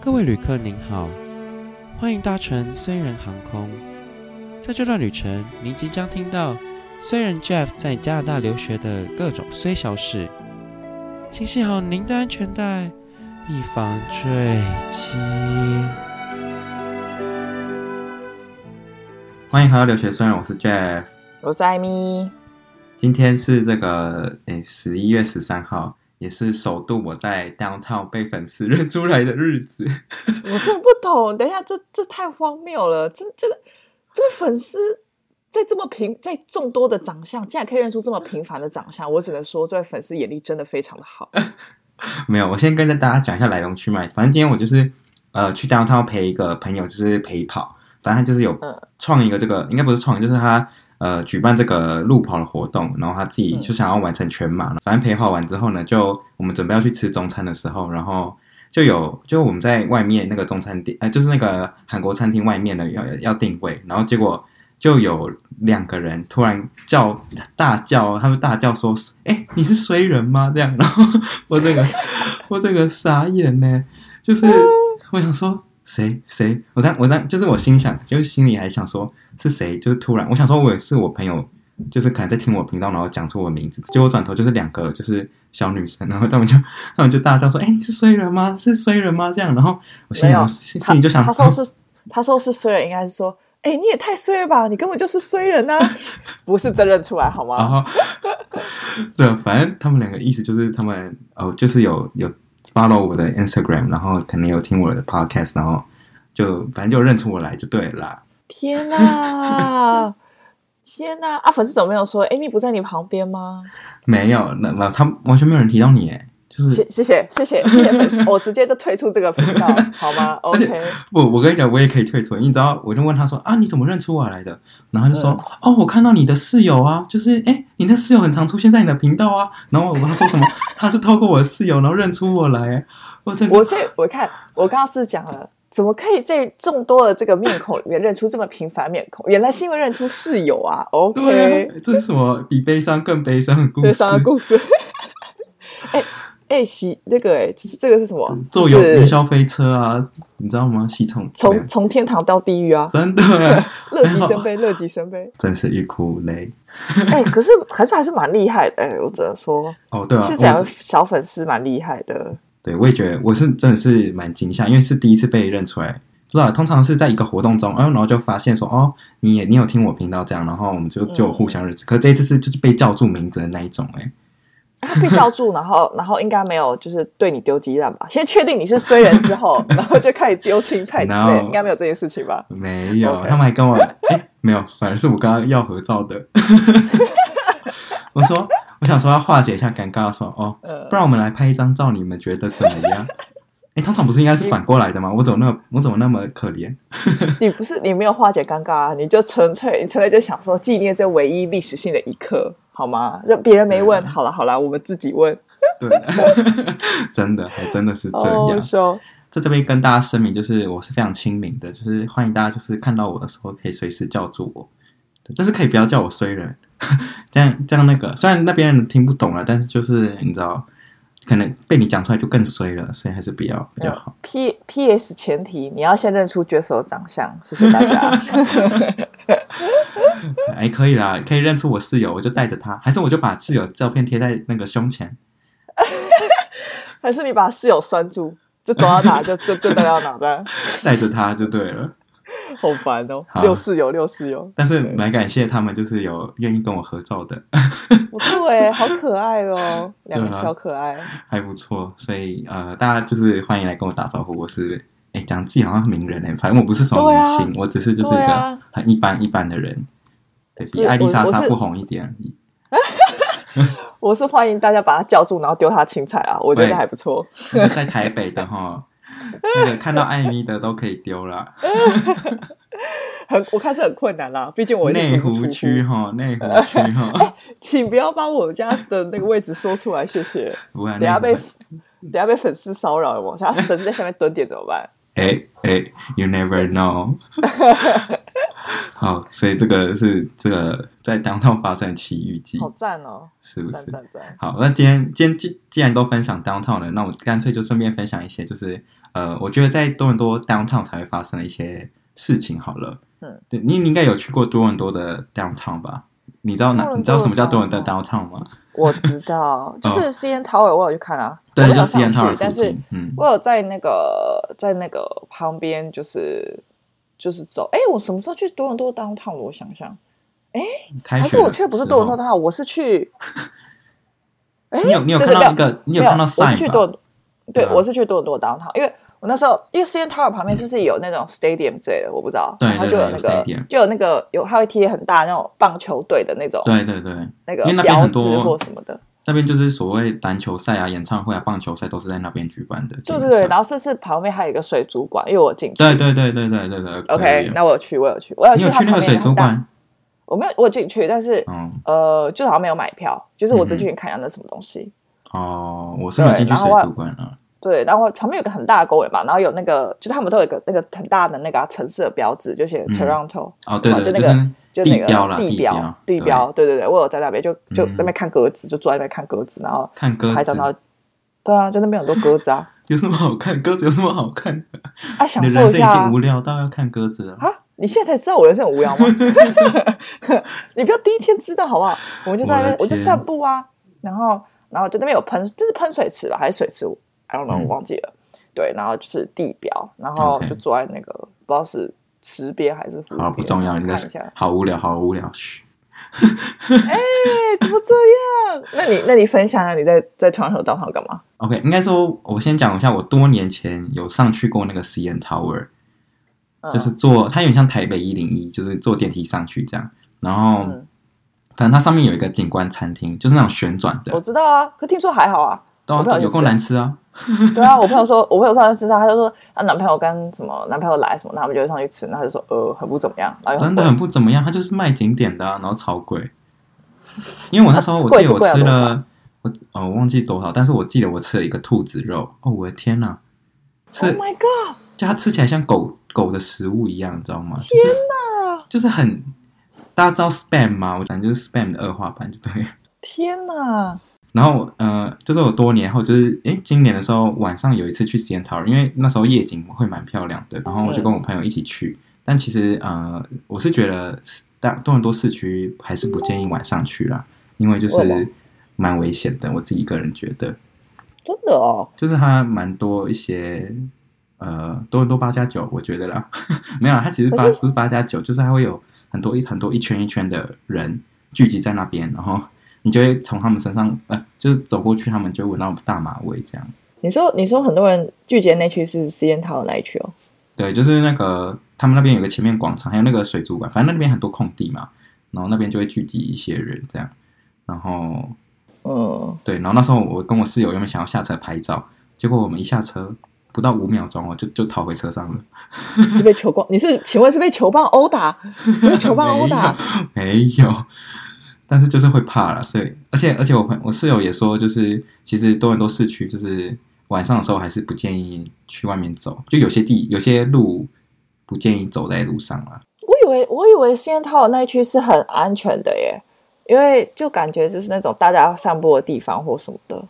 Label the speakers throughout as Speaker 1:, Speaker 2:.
Speaker 1: 各位旅客您好，欢迎搭乘虽然航空。在这段旅程，您即将听到虽然 Jeff 在加拿大留学的各种虽小事。请系好您的安全带，以防坠机。欢迎回到留学虽然我是 Jeff。
Speaker 2: 我是艾米。
Speaker 1: 今天是这个诶十一月十三号，也是首度我在 downtown 被粉丝认出来的日子。
Speaker 2: 我真的不懂，等一下，这这太荒谬了！这这这位粉丝在这么平，在众多的长相，竟然可以认出这么平凡的长相，我只能说这位粉丝眼力真的非常的好。
Speaker 1: 啊 没有，我先跟大家讲一下来龙去脉。反正今天我就是呃去 downtown 陪一个朋友，就是陪跑。反正他就是有
Speaker 2: 嗯
Speaker 1: 创一个这个，应该不是创，就是他呃举办这个路跑的活动，然后他自己就想要完成全马。反正陪跑完之后呢，就我们准备要去吃中餐的时候，然后就有就我们在外面那个中餐店，呃，就是那个韩国餐厅外面的要要定位，然后结果就有两个人突然叫大叫，他们大叫说：“哎、你是衰人吗？”这样，然后我这个我这个傻眼呢，就是我想说。谁谁？我当我当就是我心想，就是心里还想说是谁，就是突然我想说我也是我朋友，就是可能在听我频道，然后讲出我名字，结果转头就是两个就是小女生，然后他们就他们就大叫说：“哎、你是衰人吗？是衰人吗？”这样，然后我心里
Speaker 2: 没有
Speaker 1: 心心里就想
Speaker 2: 他
Speaker 1: 说
Speaker 2: 说是，他说是衰人，应该是说，哎、你也太衰了吧，你根本就是衰人 呐、不是真认出来好
Speaker 1: 然
Speaker 2: 吗？
Speaker 1: 后， 对，反正他们两个意思就是他们哦，就是有有 follow 我的 Instagram，然后可能有听我的 podcast，然后就反正就认出我来就对了啦。
Speaker 2: 天哪、 天哪、啊！粉丝怎么没有说 Amy 不在你旁边吗？
Speaker 1: 没有，那那他完全没有人提到你，哎，就是
Speaker 2: 谢谢谢谢谢谢粉丝，我直接就退出这个频道好吗
Speaker 1: 而且
Speaker 2: ？OK，
Speaker 1: 我我跟你讲，我也可以退出，你知道，我就问他说啊，你怎么认出我来的？然后他就说、哦，我看到你的室友啊，就是哎，你的室友很常出现在你的频道啊。然后我跟他说什 么，他是透过我的室友然后认出我来，哎我真 的
Speaker 2: 我所以我看我刚刚是讲了，怎么可以在众多的这个面孔里面认出这么平凡面孔？原来是因为认出室友啊
Speaker 1: 对
Speaker 2: ，OK，
Speaker 1: 啊，这是什么比悲伤更悲伤啊的故事？
Speaker 2: 这三个故事。哎哎，洗那个哎，就是这个是什么？
Speaker 1: 坐
Speaker 2: 就
Speaker 1: 有
Speaker 2: 是
Speaker 1: 云霄飞车啊，你知道吗？系统
Speaker 2: 从从天堂到地狱啊，
Speaker 1: 真 的
Speaker 2: 乐极生悲，乐极生悲。
Speaker 1: 真是欲哭无泪
Speaker 2: 哎，可是可是还是蛮厉害的哎，我只能说，
Speaker 1: 哦，对啊，
Speaker 2: 是两
Speaker 1: 我
Speaker 2: 个小粉丝蛮厉害的。
Speaker 1: 对我也觉得我是真的是蛮惊吓，因为是第一次被认出来，不知道通常是在一个活动中，哦，然后就发现说哦，你也你有听我频道这样，然后我们
Speaker 2: 嗯
Speaker 1: 就就有互相认识，可这一次是就是被叫住名字的那一种、哎，
Speaker 2: 他被罩住，然后然后应该没有就是对你丢鸡蛋吧？先确定你是衰人之后，然后就开始丢青菜之 类
Speaker 1: No
Speaker 2: 的，应该没有这件事情吧？
Speaker 1: 没有
Speaker 2: OK
Speaker 1: 他们还跟我，哎、没有，反而是我刚刚要合照 的。我说，我想说要化解一下尴尬，说哦，
Speaker 2: 呃
Speaker 1: 不然我们来拍一张照，你们觉得怎么 样？哎、通常不是应该是反过来的吗？我怎么那么我怎么那么可怜？
Speaker 2: 你不是你没有化解尴尬啊，你就纯粹你纯粹就想说纪念这唯一历史性的一刻，好吗？让别人没问，
Speaker 1: 对啊
Speaker 2: 好了好了，我们自己问。
Speaker 1: 对，真的还真的是这
Speaker 2: 哦
Speaker 1: 样，。
Speaker 2: 说
Speaker 1: 在这边跟大家声明，就是我是非常亲民的，就是欢迎大家就是看到我的时候可以随时叫住我，对但是可以不要叫我衰人， 这样这样那个虽然那边人听不懂了，但是就是你知道，可能被你讲出来就更衰了，所以还是比较比较好。
Speaker 2: P P S 前提，你要先认出角色的长相，谢谢大家。
Speaker 1: 哎，可以啦，可以认出我室友，我就带着他，还是我就把室友照片贴在那个胸前，
Speaker 2: 还是你把室友拴住，就走到哪就就就带到哪的，
Speaker 1: 带着他就对了。
Speaker 2: 好烦哦
Speaker 1: 好！
Speaker 2: 六室友，六室友。
Speaker 1: 但是蛮感谢他们，就是有愿意跟我合照的，
Speaker 2: 不错哎，好可爱哦，两个
Speaker 1: 对啊
Speaker 2: 小可爱。
Speaker 1: 还不错。所以呃，大家就是欢迎来跟我打招呼，我是。哎，讲自己好像名人哎、反正我不是什么
Speaker 2: 对
Speaker 1: 明
Speaker 2: 啊
Speaker 1: 星，我只是就是一
Speaker 2: 对
Speaker 1: 个
Speaker 2: 啊
Speaker 1: 很一般一般的人，对比
Speaker 2: 是
Speaker 1: 艾丽
Speaker 2: 我
Speaker 1: 莎
Speaker 2: 我
Speaker 1: 莎
Speaker 2: 是
Speaker 1: 不红一点而已。
Speaker 2: 我是欢迎大家把他叫住，然后丢他青菜啊，我觉
Speaker 1: 对
Speaker 2: 得还不错。
Speaker 1: 那个在台北的哈，那个看到艾米的都可以丢啦。
Speaker 2: 很，我看是很困难啦，毕 竟我是
Speaker 1: 内
Speaker 2: 进不出
Speaker 1: 湖区
Speaker 2: 户。
Speaker 1: 哈，内湖区
Speaker 2: 哎
Speaker 1: 哈，
Speaker 2: 请不要把我们家的那个位置说出来，谢谢。
Speaker 1: 不然
Speaker 2: 等下被
Speaker 1: 啊内湖
Speaker 2: 等下被粉丝骚扰，我他神在下面蹲点怎么 办？
Speaker 1: 哎哎，You never know 。好，所以这个是这个在当中发生的奇遇记，
Speaker 2: 好赞哦，
Speaker 1: 是嗯不
Speaker 2: 赞
Speaker 1: 是？
Speaker 2: 赞赞！
Speaker 1: 好，那今天今天既既然都分享 downtown 了，那我干脆就顺便分享一些就是呃，我觉得在多伦多 downtown 才会发生的一些事情好了。
Speaker 2: 嗯，
Speaker 1: 对你你应该有去过多伦多的 downtown 吧？你知道哪？
Speaker 2: 多伦多的
Speaker 1: 你知道什么叫多伦多 downtown 吗？
Speaker 2: 我知 道，就是 C N Tower 我有去看啊，
Speaker 1: 哦对，
Speaker 2: 我
Speaker 1: 就
Speaker 2: 有上
Speaker 1: CN Tower
Speaker 2: 去，
Speaker 1: 附
Speaker 2: 但是
Speaker 1: 近。嗯，
Speaker 2: 我有在那个在那个旁边，就是就是走。哎，我什么时候去多伦多 downtown？我想想，
Speaker 1: 开
Speaker 2: 还
Speaker 1: 学
Speaker 2: 是我去的不是
Speaker 1: 时
Speaker 2: 多伦
Speaker 1: 候
Speaker 2: 多 downtown，我是去。哎，
Speaker 1: 你有你有
Speaker 2: 对
Speaker 1: 看
Speaker 2: 对
Speaker 1: 到一
Speaker 2: 对
Speaker 1: 个，你有
Speaker 2: 没
Speaker 1: 看到
Speaker 2: 我是
Speaker 1: sign
Speaker 2: 去
Speaker 1: 吧
Speaker 2: 多伦，对
Speaker 1: 对啊
Speaker 2: 我是去多伦多 downtown，因为我那时候因为 CN Tower 旁边是不是有那种 stadium 之类的，我不知道，
Speaker 1: 对
Speaker 2: 然后
Speaker 1: 对
Speaker 2: 就有
Speaker 1: 对
Speaker 2: 那
Speaker 1: 有
Speaker 2: 个
Speaker 1: stadium
Speaker 2: 就有那个有它会贴很大那种棒球队的那种
Speaker 1: 对对对，
Speaker 2: 那
Speaker 1: 因为那
Speaker 2: 个
Speaker 1: 边
Speaker 2: 标
Speaker 1: 很
Speaker 2: 志
Speaker 1: 多
Speaker 2: 或什么的，
Speaker 1: 那边就是所谓篮球赛啊、演唱会啊、棒球赛都是在那边举办的。
Speaker 2: 对
Speaker 1: 基
Speaker 2: 对
Speaker 1: 本
Speaker 2: 对，
Speaker 1: 上
Speaker 2: 然后是不是旁边还有一个水族馆？因为我进去
Speaker 1: 对对对对对对对。
Speaker 2: ，OK，
Speaker 1: aquarium
Speaker 2: 那我有去，我有去，我有
Speaker 1: 你有
Speaker 2: 它
Speaker 1: 去那
Speaker 2: 旁
Speaker 1: 个
Speaker 2: 边
Speaker 1: 水
Speaker 2: 有
Speaker 1: 族
Speaker 2: 很大，
Speaker 1: 馆？
Speaker 2: 我没有，我有进去，但是
Speaker 1: 嗯
Speaker 2: 呃，就是好像没有买票，就是我只
Speaker 1: 嗯哼
Speaker 2: 进去看一下那什么东西。
Speaker 1: 哦，我是没有
Speaker 2: 对
Speaker 1: 进去
Speaker 2: 然后
Speaker 1: 水
Speaker 2: 我
Speaker 1: 族馆啊。
Speaker 2: 对，然后旁边有个很大的公园嘛，然后有那个，就是他们都有一个那个很大的那个啊、城市的标志，就写
Speaker 1: 嗯
Speaker 2: Toronto，、
Speaker 1: 哦，对对，
Speaker 2: 就那
Speaker 1: 对就
Speaker 2: 个
Speaker 1: 是
Speaker 2: 就那
Speaker 1: 地
Speaker 2: 个
Speaker 1: 标啦，
Speaker 2: 地
Speaker 1: 标，
Speaker 2: 地
Speaker 1: 地，
Speaker 2: 标，对对对，我有在那边就就
Speaker 1: 嗯
Speaker 2: 那边看鸽子，就坐在那边看鸽子，然后
Speaker 1: 看鸽
Speaker 2: 拍
Speaker 1: 子
Speaker 2: 照，然后对啊，就那边有很多鸽子啊，
Speaker 1: 有什么好看？鸽子有什么好看的？
Speaker 2: 啊，
Speaker 1: 你
Speaker 2: 享
Speaker 1: 的
Speaker 2: 受
Speaker 1: 人
Speaker 2: 一
Speaker 1: 生
Speaker 2: 下
Speaker 1: 已
Speaker 2: 啊
Speaker 1: 经无聊到要看鸽子了。
Speaker 2: 啊！你现在才知道我人生很无 聊吗？你不要第一天知道好不好？我们就在那边，
Speaker 1: 我
Speaker 2: 我
Speaker 1: 的天
Speaker 2: 就散步啊，然后然后就那边有喷，这是喷水池吧，还是水池？I don't know，、
Speaker 1: 嗯
Speaker 2: 我忘记了。对，然后就是地标，然后
Speaker 1: OK
Speaker 2: 就坐在那个不知道是池边还是湖
Speaker 1: 好，
Speaker 2: 边，
Speaker 1: 不重要，你
Speaker 2: 看
Speaker 1: 的
Speaker 2: 一下。
Speaker 1: 好无聊，好无聊。嘘，
Speaker 2: 哎，怎么这样？那你那你分享一下你在在床头当场干嘛？
Speaker 1: OK，应该说，我先讲一下，我多年前有上去过那个 CN Tower，
Speaker 2: 嗯
Speaker 1: 就是坐它有点像台北一零一，就是坐电梯上去这样。然后，
Speaker 2: 嗯
Speaker 1: 反正它上面有一个景观餐厅，就是那种旋转
Speaker 2: 我
Speaker 1: 的，
Speaker 2: 知道啊，可听说还好啊。
Speaker 1: 都
Speaker 2: 我朋友
Speaker 1: 有
Speaker 2: 就
Speaker 1: 够
Speaker 2: 是
Speaker 1: 难吃啊。
Speaker 2: 对啊，我朋友说，我朋友上去吃饭，他就说她男朋友跟什么男朋友来什么，然后他们就会上去吃，然后他就说呃很不怎么样，然后又
Speaker 1: 真的
Speaker 2: 贵
Speaker 1: 很不怎么样，它就是卖景点的啊、然后超贵。因为我那时候我
Speaker 2: 贵
Speaker 1: 记得我
Speaker 2: 是贵了
Speaker 1: 吃
Speaker 2: 多
Speaker 1: 了，我哦我忘记多少，但是我记得我吃了一个兔子肉，哦我的天呐，吃、
Speaker 2: Oh my god！
Speaker 1: 就它吃起来像狗狗的食物一样，你知道吗？就是
Speaker 2: 啊
Speaker 1: 就是很大家知道 spam 吗？我反正就是 spam 的恶化版，就对了。
Speaker 2: 天哪！
Speaker 1: 然后我呃，就是我多年后，就是诶，今年的时候晚上有一次去 CN Tower，因为那时候夜景会蛮漂亮的，然后我就跟我朋友一起去。但其实呃，我是觉得大多伦多市区还是不建议晚上去啦，因为就
Speaker 2: 为什
Speaker 1: 是蛮危险的。我自己个人觉得，
Speaker 2: 真的哦，
Speaker 1: 就是它蛮多一些呃多伦多八加九，我觉得啦， 没有啦，它啊其实八
Speaker 2: 可是
Speaker 1: 不是八加九，就是它会有很多一很多一圈一圈的人聚集在那边，然后你就会从他们身上呃，就是走过去，他们就会闻到大麻味这样。
Speaker 2: 你说你说很多人聚集的那区是 C N 塔的那一区哦，
Speaker 1: 对，就是那个他们那边有个前面广场，还有那个水族馆，反正那边很多空地嘛，然后那边就会聚集一些人这样，然后
Speaker 2: 嗯，
Speaker 1: 对，然后那时候我跟我室友原本想要下车拍照，结果我们一下车不到五秒钟哦，就就逃回车上了。
Speaker 2: 是被球 棒？你是请问是被球棒殴打？是 被球棒殴打？
Speaker 1: 没有， 但是就是会怕了，所以而且而且我朋我室友也说，就是其实多伦多市区就是晚上的时候还是不建议去外面走，就有些地有些路不建议走在路上啊。
Speaker 2: 我以为我以为 C N 塔那一区是很安全的耶，因为就感觉就是那种大家散步的地方或什么的。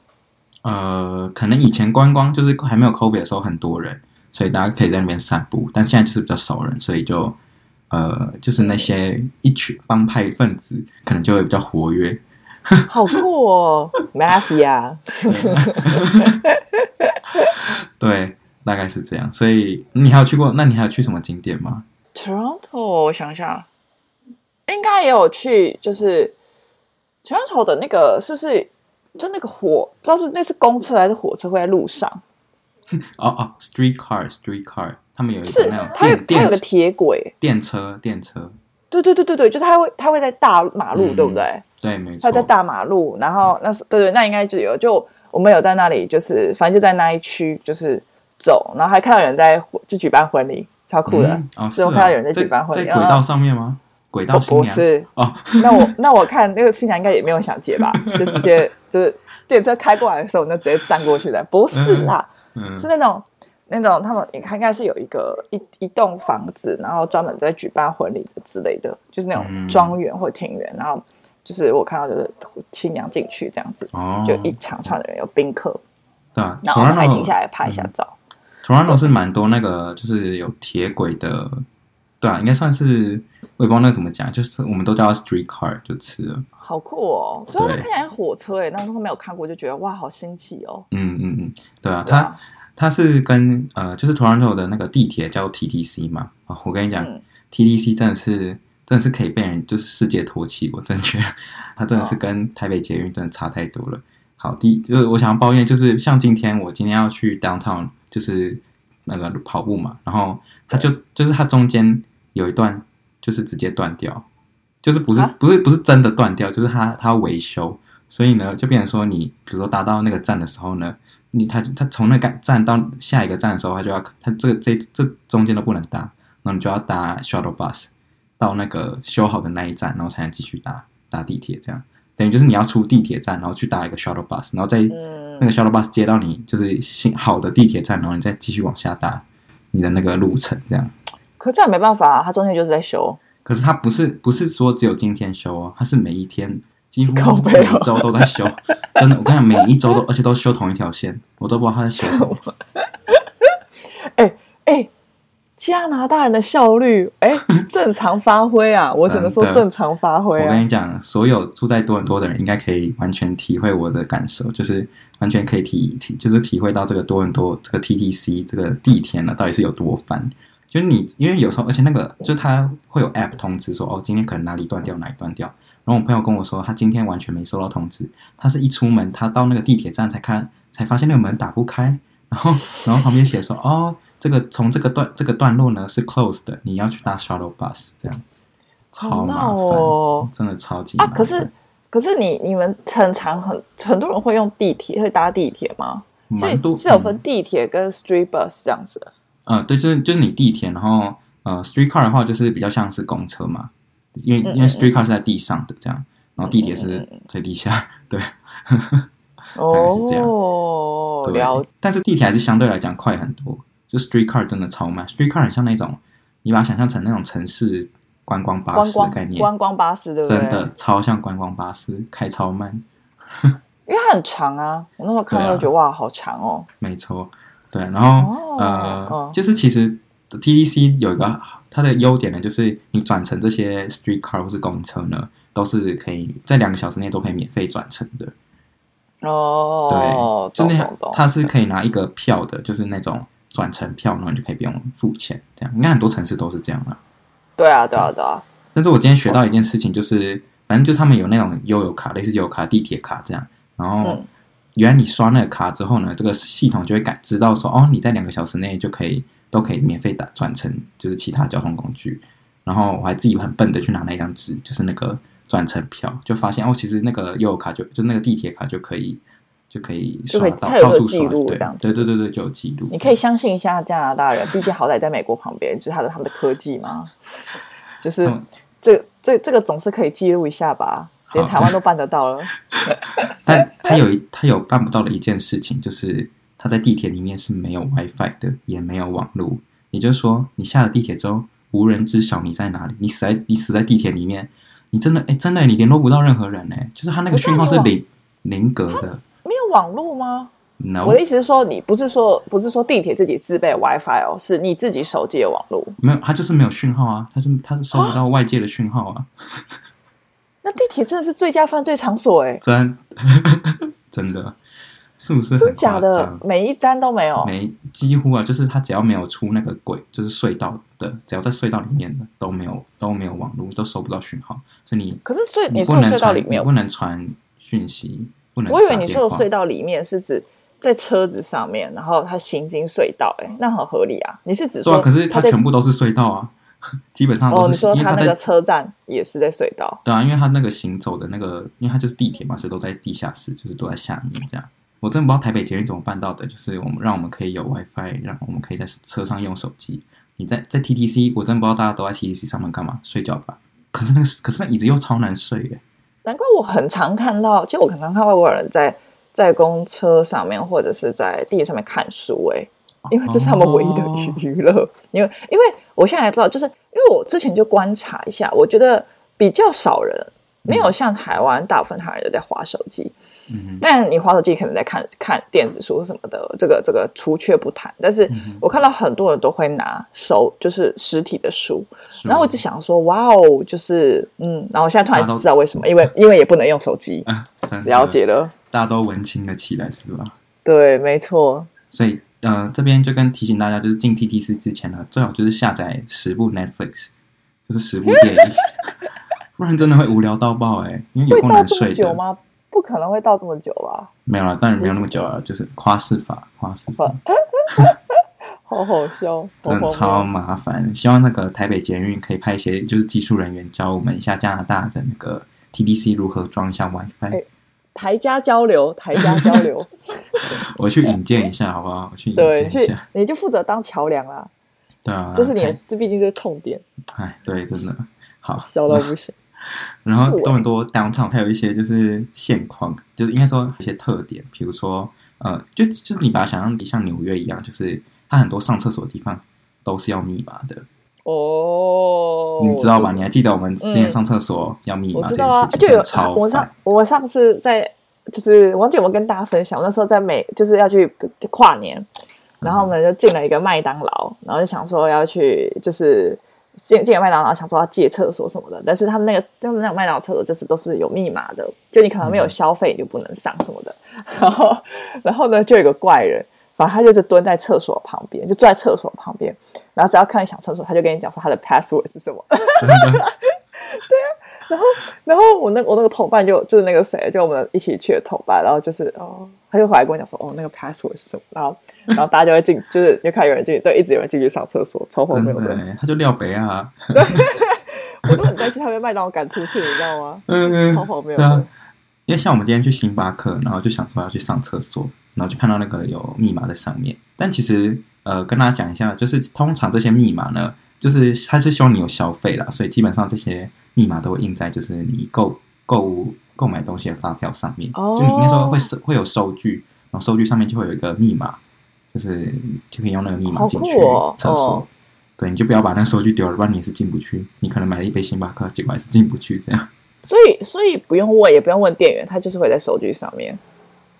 Speaker 1: 呃，可能以前观光就是还没有 COVID 的时候很多人，所以大家可以在那边散步，但现在就是比较少人，所以就呃就是那些一群帮派分子可能就会比较活跃，
Speaker 2: 好酷哦 ，Mafia！
Speaker 1: 对，大概是这样。所以你还有去过？那你还有去什么景点吗？
Speaker 2: Toronto，我想想，应该也有去，就是 Toronto 的那个是不是就那个火，不知道是那是公车还是火车会在路上，
Speaker 1: 哦哦，street car，street car，他们有一
Speaker 2: 就是
Speaker 1: 个那种
Speaker 2: 它有
Speaker 1: 电
Speaker 2: 它有个
Speaker 1: 电
Speaker 2: 铁轨，
Speaker 1: 电车，电车，
Speaker 2: 对对对对对，就是它会它会在大马路，
Speaker 1: 嗯
Speaker 2: 对不对？
Speaker 1: 对，没错
Speaker 2: 它，在大马路，然后那是对对，那应该就有，就我们有在那里，就是反正就在那一区就是走，然后还看到有人在就举办婚礼，超酷的。
Speaker 1: 嗯哦，
Speaker 2: 所
Speaker 1: 是
Speaker 2: 以
Speaker 1: 哦
Speaker 2: 我看到有人在
Speaker 1: 在
Speaker 2: 举办婚
Speaker 1: 在
Speaker 2: 礼
Speaker 1: 轨道上面吗？轨道
Speaker 2: 我
Speaker 1: 新
Speaker 2: 不
Speaker 1: 娘
Speaker 2: 是，
Speaker 1: 哦，
Speaker 2: 那我那我看那个新娘应该也没有想 接吧，就直接就是电车开过来的时候，我们就直接站过去的，不是啦，
Speaker 1: 嗯
Speaker 2: 是那种那种他们应该是有一个一一栋房子，然后专门在举办婚礼的之类的，就是那种
Speaker 1: 嗯
Speaker 2: 庄园或庭院，然后就是我看到就是新娘进去这样子，
Speaker 1: 哦，
Speaker 2: 就一长串的人有宾客，
Speaker 1: 对啊，
Speaker 2: 然后我们还
Speaker 1: Toronto-
Speaker 2: 停下来拍一下
Speaker 1: 嗯
Speaker 2: 照。
Speaker 1: Toronto 是蛮多那个就是有铁轨的，对啊，应该算是我也不知道那个怎么讲，就是我们都叫它 street car 就吃了。
Speaker 2: 好酷哦！对啊，
Speaker 1: 嗯
Speaker 2: 它
Speaker 1: 对
Speaker 2: 看起来像火车哎，当时候没有看过，就觉得哇，好新奇哦。
Speaker 1: 嗯嗯嗯，对啊，
Speaker 2: 对
Speaker 1: 它
Speaker 2: 啊，
Speaker 1: 它是跟呃就是 Toronto 的那个地铁叫 TTC 嘛，啊、我跟你讲、
Speaker 2: 嗯
Speaker 1: TTC 真的是。真的是可以被人就是世界唾弃，我真的觉得 它真的
Speaker 2: 哦
Speaker 1: 是跟台北捷运真的差太多了。好，第就是我想要抱怨，就是像今天我今天要去 downtown，就是那个跑步嘛，然后它就就是它中间有一段就是直接断掉，就是不是、
Speaker 2: 啊
Speaker 1: 不是不是真的断掉，就是它它维修，所以呢就变成说你比如说搭到那个站的时候呢，你它它从那个站到下一个站的时候，它就要它这个这这中间都不能搭，然后你就要搭 shuttle bus 到那个修好的那一站，然后才能继续搭搭地铁这样。等于就是你要出地铁站，然后去搭一个 shuttle bus，然后再
Speaker 2: 嗯
Speaker 1: 那个 shuttle bus 接到你就是新好的地铁站，然后你再继续往下搭你的那个路程这样。
Speaker 2: 可这样没办法、啊，它中间就是在修。
Speaker 1: 可是它不是不是说只有今天修哦，它是每一天几乎
Speaker 2: 靠
Speaker 1: 每
Speaker 2: 背哦
Speaker 1: 一周都在修，真的，我跟你讲，每一周都而且都修同一条线，我都不知道它在 修什么。
Speaker 2: 哎，加拿大人的效率， 哎，正常发挥啊！我只能说
Speaker 1: 真的
Speaker 2: 正常发挥
Speaker 1: 我
Speaker 2: 啊
Speaker 1: 跟。你讲，所有住在多伦多的人应该可以完全体会我的感受，就是完全可以体体，就是体会到这个多伦多这个 TTC 这个地铁呢到底是有多烦。就是你，因为有时候，而且那个就是它会有 App 通知说，哦，今天可能哪里断掉，哪里断掉。然后我朋友跟我说，他今天完全没收到通知，他是一出门，他到那个地铁站才看，才发现那个门打不开，然后然后旁边写说，哦，这个从这个段这个段落呢是 closed 的，你要去搭 shuttle bus 这样，超
Speaker 2: 好
Speaker 1: 麻
Speaker 2: 闹
Speaker 1: 烦。
Speaker 2: 哦
Speaker 1: 真的超级
Speaker 2: 啊！
Speaker 1: 麻烦
Speaker 2: 可是可是你你们很常很很多人会用地铁，会搭地铁吗？所
Speaker 1: 蛮多嗯
Speaker 2: 以是有分地铁跟 street bus 这样子的。
Speaker 1: 嗯、呃对，就是就是你地铁，然后呃，street car 的话就是比较像是公车嘛，因为
Speaker 2: 嗯
Speaker 1: 因为 street car 是在地上的这样，然后地铁
Speaker 2: 嗯嗯
Speaker 1: 是在地下，对。概是这样
Speaker 2: 哦，
Speaker 1: 对
Speaker 2: 了，
Speaker 1: 但是地铁还是相对来讲快很多，就 street car 真的超慢，street car 很像那种，你把它想象成那种城市观光巴
Speaker 2: 观
Speaker 1: 士的
Speaker 2: 光
Speaker 1: 概念，
Speaker 2: 观光巴士对不对？
Speaker 1: 真的超像观光巴士，开超慢，
Speaker 2: 因为它很长啊，我那时候看到
Speaker 1: 对啊
Speaker 2: 就觉得、哇，好长哦。
Speaker 1: 没错，对，然
Speaker 2: 哦
Speaker 1: 后、呃，
Speaker 2: 哦
Speaker 1: 就是其实 TDC 有一个它的优点呢，就是你转乘这些 street car 或是公车呢，都是可以在两个小时内都可以免费转乘的。
Speaker 2: 哦，
Speaker 1: 就
Speaker 2: 懂
Speaker 1: 是
Speaker 2: 懂懂，
Speaker 1: 它是可以拿一个票的，就是那种转乘票，然后你就可以不用付钱，这样。应该很多城市都是这样啊。
Speaker 2: 对啊，对啊，对啊，
Speaker 1: 但是我今天学到一件事情，就是反正就是他们有那种悠游卡，类似悠游卡、地铁卡这样。然后
Speaker 2: 嗯
Speaker 1: 原来你刷那个卡之后呢，这个系统就会感知到说，哦，你在两个小时内就可以都可以免费打转乘，就是其他交通工具。然后我还自己很笨的去拿那一张纸，就是那个转乘票，就发现哦，其实那个悠游卡就就那个地铁卡就可以就可以
Speaker 2: 就可
Speaker 1: 刷
Speaker 2: 以
Speaker 1: 到
Speaker 2: 它有
Speaker 1: 到
Speaker 2: 个
Speaker 1: 处
Speaker 2: 记
Speaker 1: 刷，
Speaker 2: 录
Speaker 1: 对
Speaker 2: 这样子
Speaker 1: 对对对对，就有记录。
Speaker 2: 你可以相信一下加拿大人，毕竟好歹在美国旁边，就是他的他们的科技 嘛，就是
Speaker 1: 嗯
Speaker 2: 这个这这个总是可以记录一下吧，
Speaker 1: 好
Speaker 2: 连台湾都办得到了。
Speaker 1: 但他有一他有办不到的一件事情，就是他在地铁里面是没有 WiFi 的，也没有网络。也就是说，你下了地铁之后，无人知晓你在哪里，你死在你死在地铁里面，你真的哎、真的你联络不到任何人哎、就是他那个讯号是
Speaker 2: 我知道
Speaker 1: 零零格的
Speaker 2: 没有网络吗？
Speaker 1: ，no，
Speaker 2: 我的意思是说，你不是说不是说地铁自己自备 WiFi 哦，是你自己手机有网络。
Speaker 1: 没有，他就是没有讯号啊，他就他收不到外界的讯号啊，
Speaker 2: 那地铁真的是最佳犯罪场所哎、
Speaker 1: 真 真的是不是
Speaker 2: 真
Speaker 1: 很
Speaker 2: 假
Speaker 1: 夸
Speaker 2: 的
Speaker 1: 张？？
Speaker 2: 每一站都没有。
Speaker 1: 没几乎啊，就是它只要没有出那个轨，就是隧道的，只要在隧道里面的都没有都没有网络，都收不到讯号，所以你
Speaker 2: 可是隧
Speaker 1: 你
Speaker 2: 说
Speaker 1: 不
Speaker 2: 的
Speaker 1: 能
Speaker 2: 隧道
Speaker 1: 传
Speaker 2: 里面
Speaker 1: 你不能传讯息，不能
Speaker 2: 我以为
Speaker 1: 打
Speaker 2: 你
Speaker 1: 电
Speaker 2: 说的
Speaker 1: 话
Speaker 2: 隧道里面是指在车子上面，然后它行经隧道、欸，哎，那很合理啊。你是指
Speaker 1: 对啊，
Speaker 2: 说
Speaker 1: 可是
Speaker 2: 它
Speaker 1: 它
Speaker 2: 在
Speaker 1: 全部都是隧道啊， 基本上
Speaker 2: 哦？
Speaker 1: 都
Speaker 2: 你
Speaker 1: 是、
Speaker 2: 说
Speaker 1: 因为
Speaker 2: 它
Speaker 1: 它
Speaker 2: 那
Speaker 1: 在
Speaker 2: 个车站也是在隧道？
Speaker 1: 对啊，因为它那个行走的那个，因为它就是地铁嘛，所以都在地下室，就是都在下面这样。我真的不知道台北捷运怎么办到的，就是我们让我们可以有 WiFi，让我们可以在车上用手机。你在在 TTC，我真不知道大家都在 TTC 上面干嘛，睡觉吧。可是那个可是那椅子又超难睡耶。
Speaker 2: 难怪我很常看到，其实我很常看外国人在在公车上面或者是在地铁上面看书、欸， 因为这是他们唯一的娱
Speaker 1: 哦
Speaker 2: 娱乐。因为因为我现在才知道，就是因为我之前就观察一下，我觉得比较少人，没有像台湾大部分台湾人都在划手机。
Speaker 1: 嗯
Speaker 2: 但你滑手机可能在看看电子书什么的，这个这个除却不谈。但是
Speaker 1: 嗯
Speaker 2: 我看到很多人都会拿手就是实体的书，
Speaker 1: 哼，
Speaker 2: 然后我就想说，哇哦，就是嗯，然后我现在突
Speaker 1: 大家
Speaker 2: 然
Speaker 1: 都
Speaker 2: 知道为什么，因为因为也不能用手机，
Speaker 1: 啊，真的
Speaker 2: 了，解了，
Speaker 1: 大家都文青了起来是吧？
Speaker 2: 对，没错，
Speaker 1: 所以呃，这边就跟提醒大家，就是进 TTC 之前呢，最好就是下载十部 Netflix，就是十部电 影，不然真的会无聊到爆哎、因为有
Speaker 2: 会
Speaker 1: 够
Speaker 2: 到
Speaker 1: 难
Speaker 2: 这么
Speaker 1: 睡
Speaker 2: 久
Speaker 1: 的。
Speaker 2: 吗？不可能会到这么久吧，
Speaker 1: 没有啦，当然没有那么久了，就是夸饰法，夸饰法
Speaker 2: 好好笑，好
Speaker 1: 真的
Speaker 2: 好
Speaker 1: 超
Speaker 2: 妙
Speaker 1: 麻烦。希望那个台北捷运可以派一些就是技术人员教我们一下加拿大的那个 TDC 如何装一下 WiFi。
Speaker 2: 哎台家交流，台家交 流，
Speaker 1: 我去引荐一下好不好？我去引
Speaker 2: 对，你
Speaker 1: 荐一
Speaker 2: 去
Speaker 1: 下。
Speaker 2: 你就负责当桥梁啦，
Speaker 1: 对啊，
Speaker 2: 这是你的
Speaker 1: 太，
Speaker 2: 这毕竟是痛点，
Speaker 1: 哎，对，真的好。
Speaker 2: 笑到不行。
Speaker 1: 然后
Speaker 2: 欸
Speaker 1: 多伦多 downtown 它有一些就是现况，就是应该说一些特点，比如说呃，就就是你把它想象成像纽约一样，就是它很多上厕所的地方都是要密码的，
Speaker 2: 哦，
Speaker 1: 你知道吧？你还记得我们之前
Speaker 2: 嗯
Speaker 1: 上厕所要密
Speaker 2: 我
Speaker 1: 码这
Speaker 2: 知
Speaker 1: 件
Speaker 2: 道啊
Speaker 1: 事，情，
Speaker 2: 就
Speaker 1: 真
Speaker 2: 有
Speaker 1: 的超
Speaker 2: 我上
Speaker 1: 烦。
Speaker 2: 我上次在就是我忘记有没有跟大家分享，我那时候在美就是要去跨年，然后我们就进了一个麦当劳，然后就想说要去就是进进了麦当劳，想说要借厕所什么的，但是他们那个他们那种麦当劳厕所就是都是有密码的，就你可能没有
Speaker 1: 嗯
Speaker 2: 消费你就不能上什么的， 然后然后呢就有一个怪人。反正他就是蹲在厕所旁边，就坐在厕所旁边，然后只要看你想厕所，他就跟你讲说他的 password 是什么，啊
Speaker 1: 真 的，
Speaker 2: 然后我那我那个同伴就就是那个谁，就我们一起去的同伴，然后就是哦，他就回来跟我讲说，哦，那个 password 是什么？然后然后大家就会进，就是就看有人进，对，一直有人进去上厕所，超荒
Speaker 1: 真
Speaker 2: 谬
Speaker 1: 的
Speaker 2: 的。
Speaker 1: 欸，他就廖北啊，
Speaker 2: 我都很担心他被麦当劳赶出去，你知道吗？
Speaker 1: 嗯，
Speaker 2: 超荒谬
Speaker 1: 对啊
Speaker 2: 的。，
Speaker 1: 因为像我们今天去星巴克，然后就想说要去上厕所，然后就看到那个有密码在上面。但其实呃，跟大家讲一下，就是通常这些密码呢，就是它是希望你有消费啦，所以基本上这些密码都会印在就是你购购物购买东西的发票上面。
Speaker 2: 哦
Speaker 1: 就你应该说会收会有收据，然后收据上面就会有一个密码，就是就可以用那个密码
Speaker 2: 好
Speaker 1: 进
Speaker 2: 酷
Speaker 1: 去
Speaker 2: 哦
Speaker 1: 厕所。
Speaker 2: 哦
Speaker 1: 对，你就不要把那个收据丢了，不然你也是进不去。你可能买了一杯星巴克，结果还是进不去，这样。
Speaker 2: 所以所以不用问，也不用问店员，他就是会在收据上面。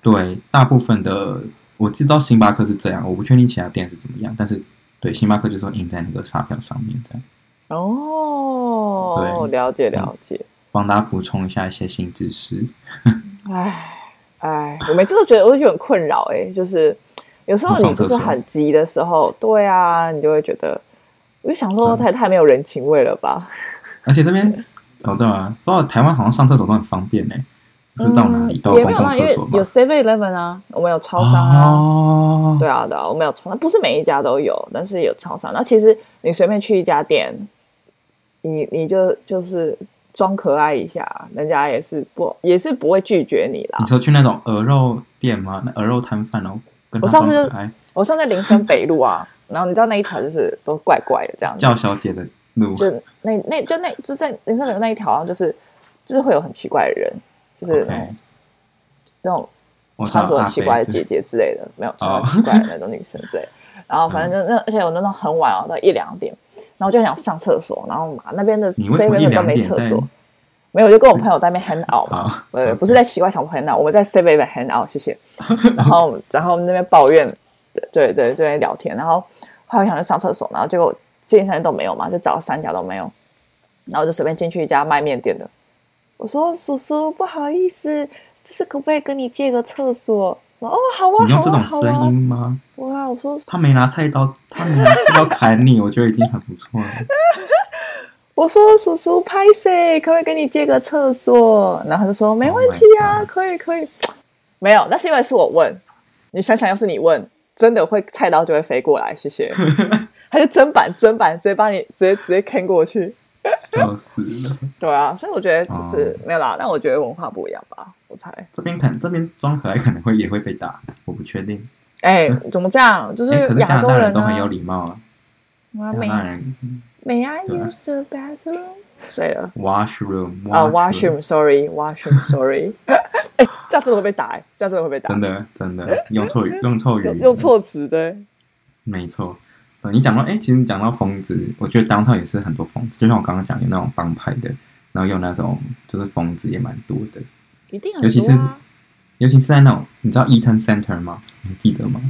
Speaker 1: 对，大部分的我知道星巴克是这样，我不确定其他店是怎么样，但是对星巴克就是会印在那个发票上面，这样
Speaker 2: 哦，
Speaker 1: 对嗯
Speaker 2: 了解了解。
Speaker 1: 帮大家补充一下一些新知识。
Speaker 2: 唉唉，我每次都觉得我就觉得很困扰哎、就是有时候你就是很急的时候，对啊，你就会觉得，我就想说
Speaker 1: 嗯
Speaker 2: 太太没有人情味了吧？
Speaker 1: 而且这边哦对啊，不知道台湾好像上厕所都很方便呢、就是到哪里
Speaker 2: 嗯
Speaker 1: 都
Speaker 2: 也
Speaker 1: 有
Speaker 2: 没
Speaker 1: 公
Speaker 2: 有啦，
Speaker 1: 共
Speaker 2: 因
Speaker 1: 厕
Speaker 2: 为
Speaker 1: 所嘛
Speaker 2: 有。Seven Eleven 啊，我们有超商啊，
Speaker 1: 哦，
Speaker 2: 对啊对啊，我们有超商，不是每一家都有，但是有超商。那其实你随便去一家店，你你就就是装可爱一下，人家也是不也是不会拒绝你啦
Speaker 1: 你。说去那种鹅肉店吗？那鹅肉摊贩哦，跟他
Speaker 2: 我上次
Speaker 1: 装可爱
Speaker 2: 我上次在林森北路啊， 然后你知道那一条就是都怪怪的这样子，
Speaker 1: 叫小姐的路，
Speaker 2: 就那那就那就在林森北路那一条，好像就是就是会有很奇怪的人，就是那种
Speaker 1: OK，
Speaker 2: 那种
Speaker 1: 我
Speaker 2: 穿着
Speaker 1: 找
Speaker 2: 很
Speaker 1: 阿
Speaker 2: 奇怪的
Speaker 1: 伯
Speaker 2: 姐姐之类的，没有穿着
Speaker 1: 哦嗯
Speaker 2: 很奇怪的那种女生之类的。然后反正就那，而且我那种很晚哦，到一两点，然后我就很想上厕所，然后嘛那边的
Speaker 1: 你为什
Speaker 2: C
Speaker 1: 么
Speaker 2: v
Speaker 1: 一
Speaker 2: 都
Speaker 1: 两
Speaker 2: 没
Speaker 1: 点
Speaker 2: 厕
Speaker 1: 在？啊
Speaker 2: 所，没有，我就跟我朋友在那边 hang out 嘛，
Speaker 1: 好，
Speaker 2: 呃，不是在奇怪小朋友 hang out，我们在 C v hang out，谢 谢。然后然后那边抱怨，对对对，就在聊天，然后后来我想去上厕所，然后结果这三家都没有嘛，就找了三家都没有，然后我就随便进去一家卖面店的，我说叔叔不好意思，就是可不可以跟你借个厕所？我说哦好啊
Speaker 1: 你用
Speaker 2: 好
Speaker 1: 这
Speaker 2: 啊
Speaker 1: 种
Speaker 2: 好啊
Speaker 1: 声音，吗？
Speaker 2: 哇我说
Speaker 1: 他没拿菜刀，他没拿菜刀砍你，我觉得已经很不错了。
Speaker 2: 我说叔叔拍谁？可不可以跟你借个厕所？然后他就说没问题啊
Speaker 1: Oh God
Speaker 2: 可以可以。没有，那是因为是我问。你想想，要是你问，真的会菜刀就会飞过来。谢谢， 还是砧板砧板直接帮你直接直接砍过去。
Speaker 1: 笑死了！
Speaker 2: 对啊，所以我觉得就是、
Speaker 1: 哦
Speaker 2: 没有啦。但我觉得文化不一样吧，我猜。
Speaker 1: 这边可能这边装可爱可能会也会被打，我不确定。
Speaker 2: 哎、怎么这样？就是
Speaker 1: 哎，可是加
Speaker 2: 亚
Speaker 1: 拿
Speaker 2: 洲
Speaker 1: 大
Speaker 2: 人
Speaker 1: 都
Speaker 2: 呢、
Speaker 1: 很有
Speaker 2: 啊。
Speaker 1: 礼貌啊，
Speaker 2: 哇
Speaker 1: 加拿
Speaker 2: 美
Speaker 1: 大人嗯
Speaker 2: 美 I
Speaker 1: 对啊
Speaker 2: use the bathroom？谁了？
Speaker 1: washroom
Speaker 2: 啊、w a s h r o o m s o r r y w a s h r o o m s o r r y 哎、这样真的会被打、哎，这样真的会被打。
Speaker 1: 真的真的用错 语用错语
Speaker 2: 用用，措辞对，
Speaker 1: 没错。对你讲到哎，其实你讲到疯子，我觉得当套也是很多疯子，就像我刚刚讲有那种帮派的，然后有那种就是疯子也蛮多的，
Speaker 2: 一定啊
Speaker 1: 尤其是尤其是在那种你知道 Eaton Center 吗？你记得吗？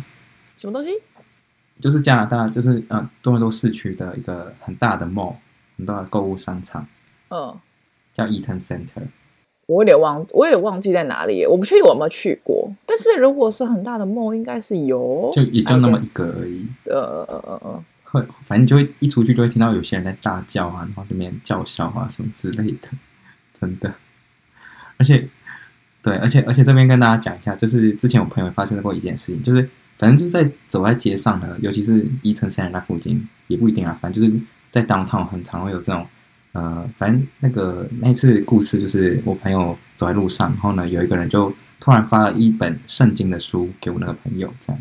Speaker 2: 什么东西？
Speaker 1: 就是加拿大，就是呃多伦多市区的一个很大的 mall，很大的购物商场，
Speaker 2: 嗯，
Speaker 1: 叫 Eaton Center。
Speaker 2: 我有点忘，我也忘记在哪里耶，我不确定我有没有去过。但是如果是很大的梦，应该是有，
Speaker 1: 就也就那么
Speaker 2: I
Speaker 1: 一
Speaker 2: guess
Speaker 1: 个而已。
Speaker 2: 呃呃呃呃呃，
Speaker 1: 会，反正就会一出去就会听到有些人在大叫啊，然后这边叫嚣啊什么之类的，真的。而且，对，而且而且这边跟大家讲一下，就是之前我朋友发生过一件事情，就是反正就是在走在街上呢，尤其是伊城三人那附近，也不一定啊，反正就是在 downtown 很常会有这种。呃，反正那个那一次故事就是我朋友走在路上，然后呢，有一个人就突然发了一本圣经的书给我那个朋友，这样，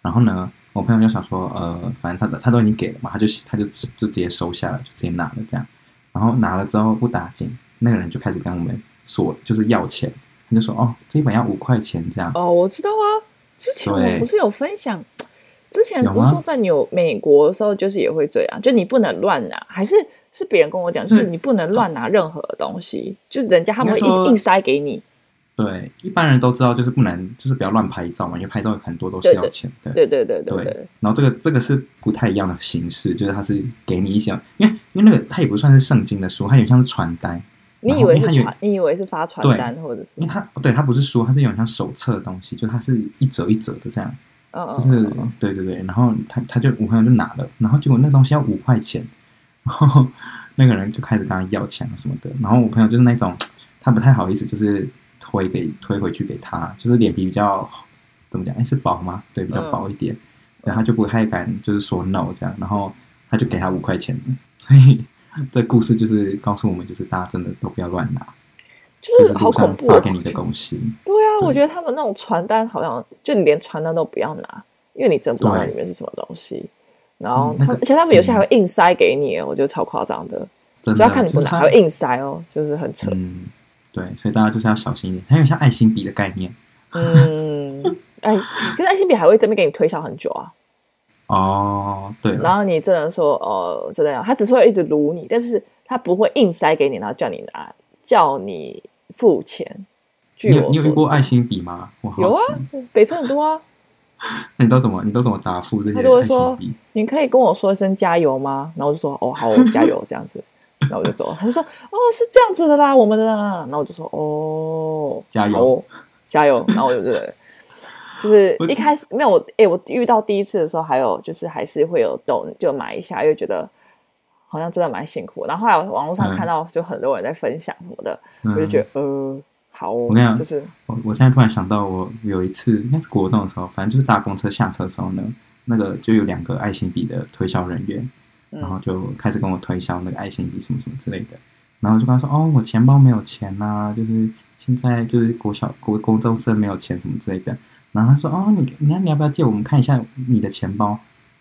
Speaker 1: 然后呢，我朋友就想说，呃，反正他的他都已经给了嘛，他就他就就直接收下了，就直接拿了这样。然后拿了之后不打紧，那个人就开始跟我们索，就是要钱。他就说，哦，这一本要五块钱这样。
Speaker 2: 哦，我知道啊，之前
Speaker 1: 对
Speaker 2: 我不是有分享，之前
Speaker 1: 有
Speaker 2: 不是
Speaker 1: 吗
Speaker 2: 说在纽美国的时候，就是也会这样，就你不能乱拿，还是是别人跟我讲，
Speaker 1: 是
Speaker 2: 是你不能乱拿任何东西，就是人家他们会
Speaker 1: 应该说
Speaker 2: 硬硬塞给你，
Speaker 1: 对，一般人都知道，就是不能，就是不要乱拍照嘛，因为拍照很多都是
Speaker 2: 对
Speaker 1: 要
Speaker 2: 对
Speaker 1: 钱的。
Speaker 2: 对对对
Speaker 1: 对
Speaker 2: 对，
Speaker 1: 然后这个这个是不太一样的形式，就是它是给你一些，因为因为那个它也不算是圣经的书，它有点像是传单，
Speaker 2: 你
Speaker 1: 然
Speaker 2: 以
Speaker 1: 后
Speaker 2: 为
Speaker 1: 因
Speaker 2: 是
Speaker 1: 为它有
Speaker 2: 传，你以为是发传
Speaker 1: 对
Speaker 2: 单或者是，嗯
Speaker 1: 因为它对它不是书，它是有点像手册的东西，就它是一折一折的这样。
Speaker 2: 嗯嗯，
Speaker 1: 就是对对对，然后他他就我朋友就拿了，然后结果那东西要五块钱，然后那个人就开始跟他要钱啊什么的，然后我朋友就是那种他不太好意思，就是推给推回去给他，就是脸皮比较怎么讲，哎是薄吗？对，比较薄一
Speaker 2: 嗯
Speaker 1: 点，然后他就不太敢就是说 no 这样，然后他就给他五块钱了，所以这故事就是告诉我们，就是大家真的都不要乱拿，
Speaker 2: 就
Speaker 1: 就是
Speaker 2: 嗯
Speaker 1: 是
Speaker 2: 好
Speaker 1: 路
Speaker 2: 恐
Speaker 1: 上
Speaker 2: 怖
Speaker 1: 发
Speaker 2: 哦，
Speaker 1: 给你的东西，
Speaker 2: 对啊，
Speaker 1: 对
Speaker 2: 我觉得他们那种传单好像就你连传单都不要拿，因为你真的不知道
Speaker 1: 对
Speaker 2: 那里面是什么东西。然后
Speaker 1: 嗯
Speaker 2: 他
Speaker 1: 那
Speaker 2: 们，
Speaker 1: 个
Speaker 2: 而且他们有些还会硬塞给你，我觉得超夸张的。
Speaker 1: 真
Speaker 2: 只
Speaker 1: 的
Speaker 2: 要看你
Speaker 1: 就
Speaker 2: 不
Speaker 1: 是
Speaker 2: 拿，
Speaker 1: 他
Speaker 2: 还会硬塞哦，就是很扯。
Speaker 1: 嗯，对，所以大家就是要小心一点，很有像爱心笔的概念
Speaker 2: 嗯，哎，可是爱心笔还会这边给你推销很久啊。
Speaker 1: 哦。对
Speaker 2: 然
Speaker 1: 了，
Speaker 2: 后你真的说，哦，真的，他只是会一直撸你，但是他不会硬塞给你，然后叫你拿，叫你付钱。据
Speaker 1: 你
Speaker 2: 我
Speaker 1: 有你有
Speaker 2: 所
Speaker 1: 遇过
Speaker 2: 知
Speaker 1: 爱心笔吗？我好
Speaker 2: 有啊
Speaker 1: 奇，，
Speaker 2: 北村很多啊。
Speaker 1: 那你都怎么你都怎么答复这些
Speaker 2: 他就会
Speaker 1: 爱
Speaker 2: 说
Speaker 1: 心笔？
Speaker 2: 你可以跟我说一声加油吗？然后我就说哦好，我加油这样子， 然后我就走了。他就说哦是这样子的啦，我们的啦。然后我就说哦
Speaker 1: 加油
Speaker 2: 好哦加油。然后我就对了，就是
Speaker 1: 我
Speaker 2: 一开始没有我哎、我遇到第一次的时候，还有就是还是会有抖就买一下，又觉得好像真的蛮辛苦。然后后来我网络上
Speaker 1: 嗯
Speaker 2: 看到就很多人在分享什么的，
Speaker 1: 嗯
Speaker 2: 我就觉得呃好哦
Speaker 1: 我跟你，讲
Speaker 2: 就是
Speaker 1: 我我现在突然想到，我有一次应该是国中的时候，反正就是搭公车下车的时候呢，那个就有两个爱心笔的推销人员，然后
Speaker 2: 嗯
Speaker 1: 就开始跟我推销那个爱心笔什么什么之类的，然后我就跟他说哦，我钱包没有钱呐、就是现在就是国小国国中生没有钱什么之类的，然后他说哦，你你你要不要借我们看一下你的钱包？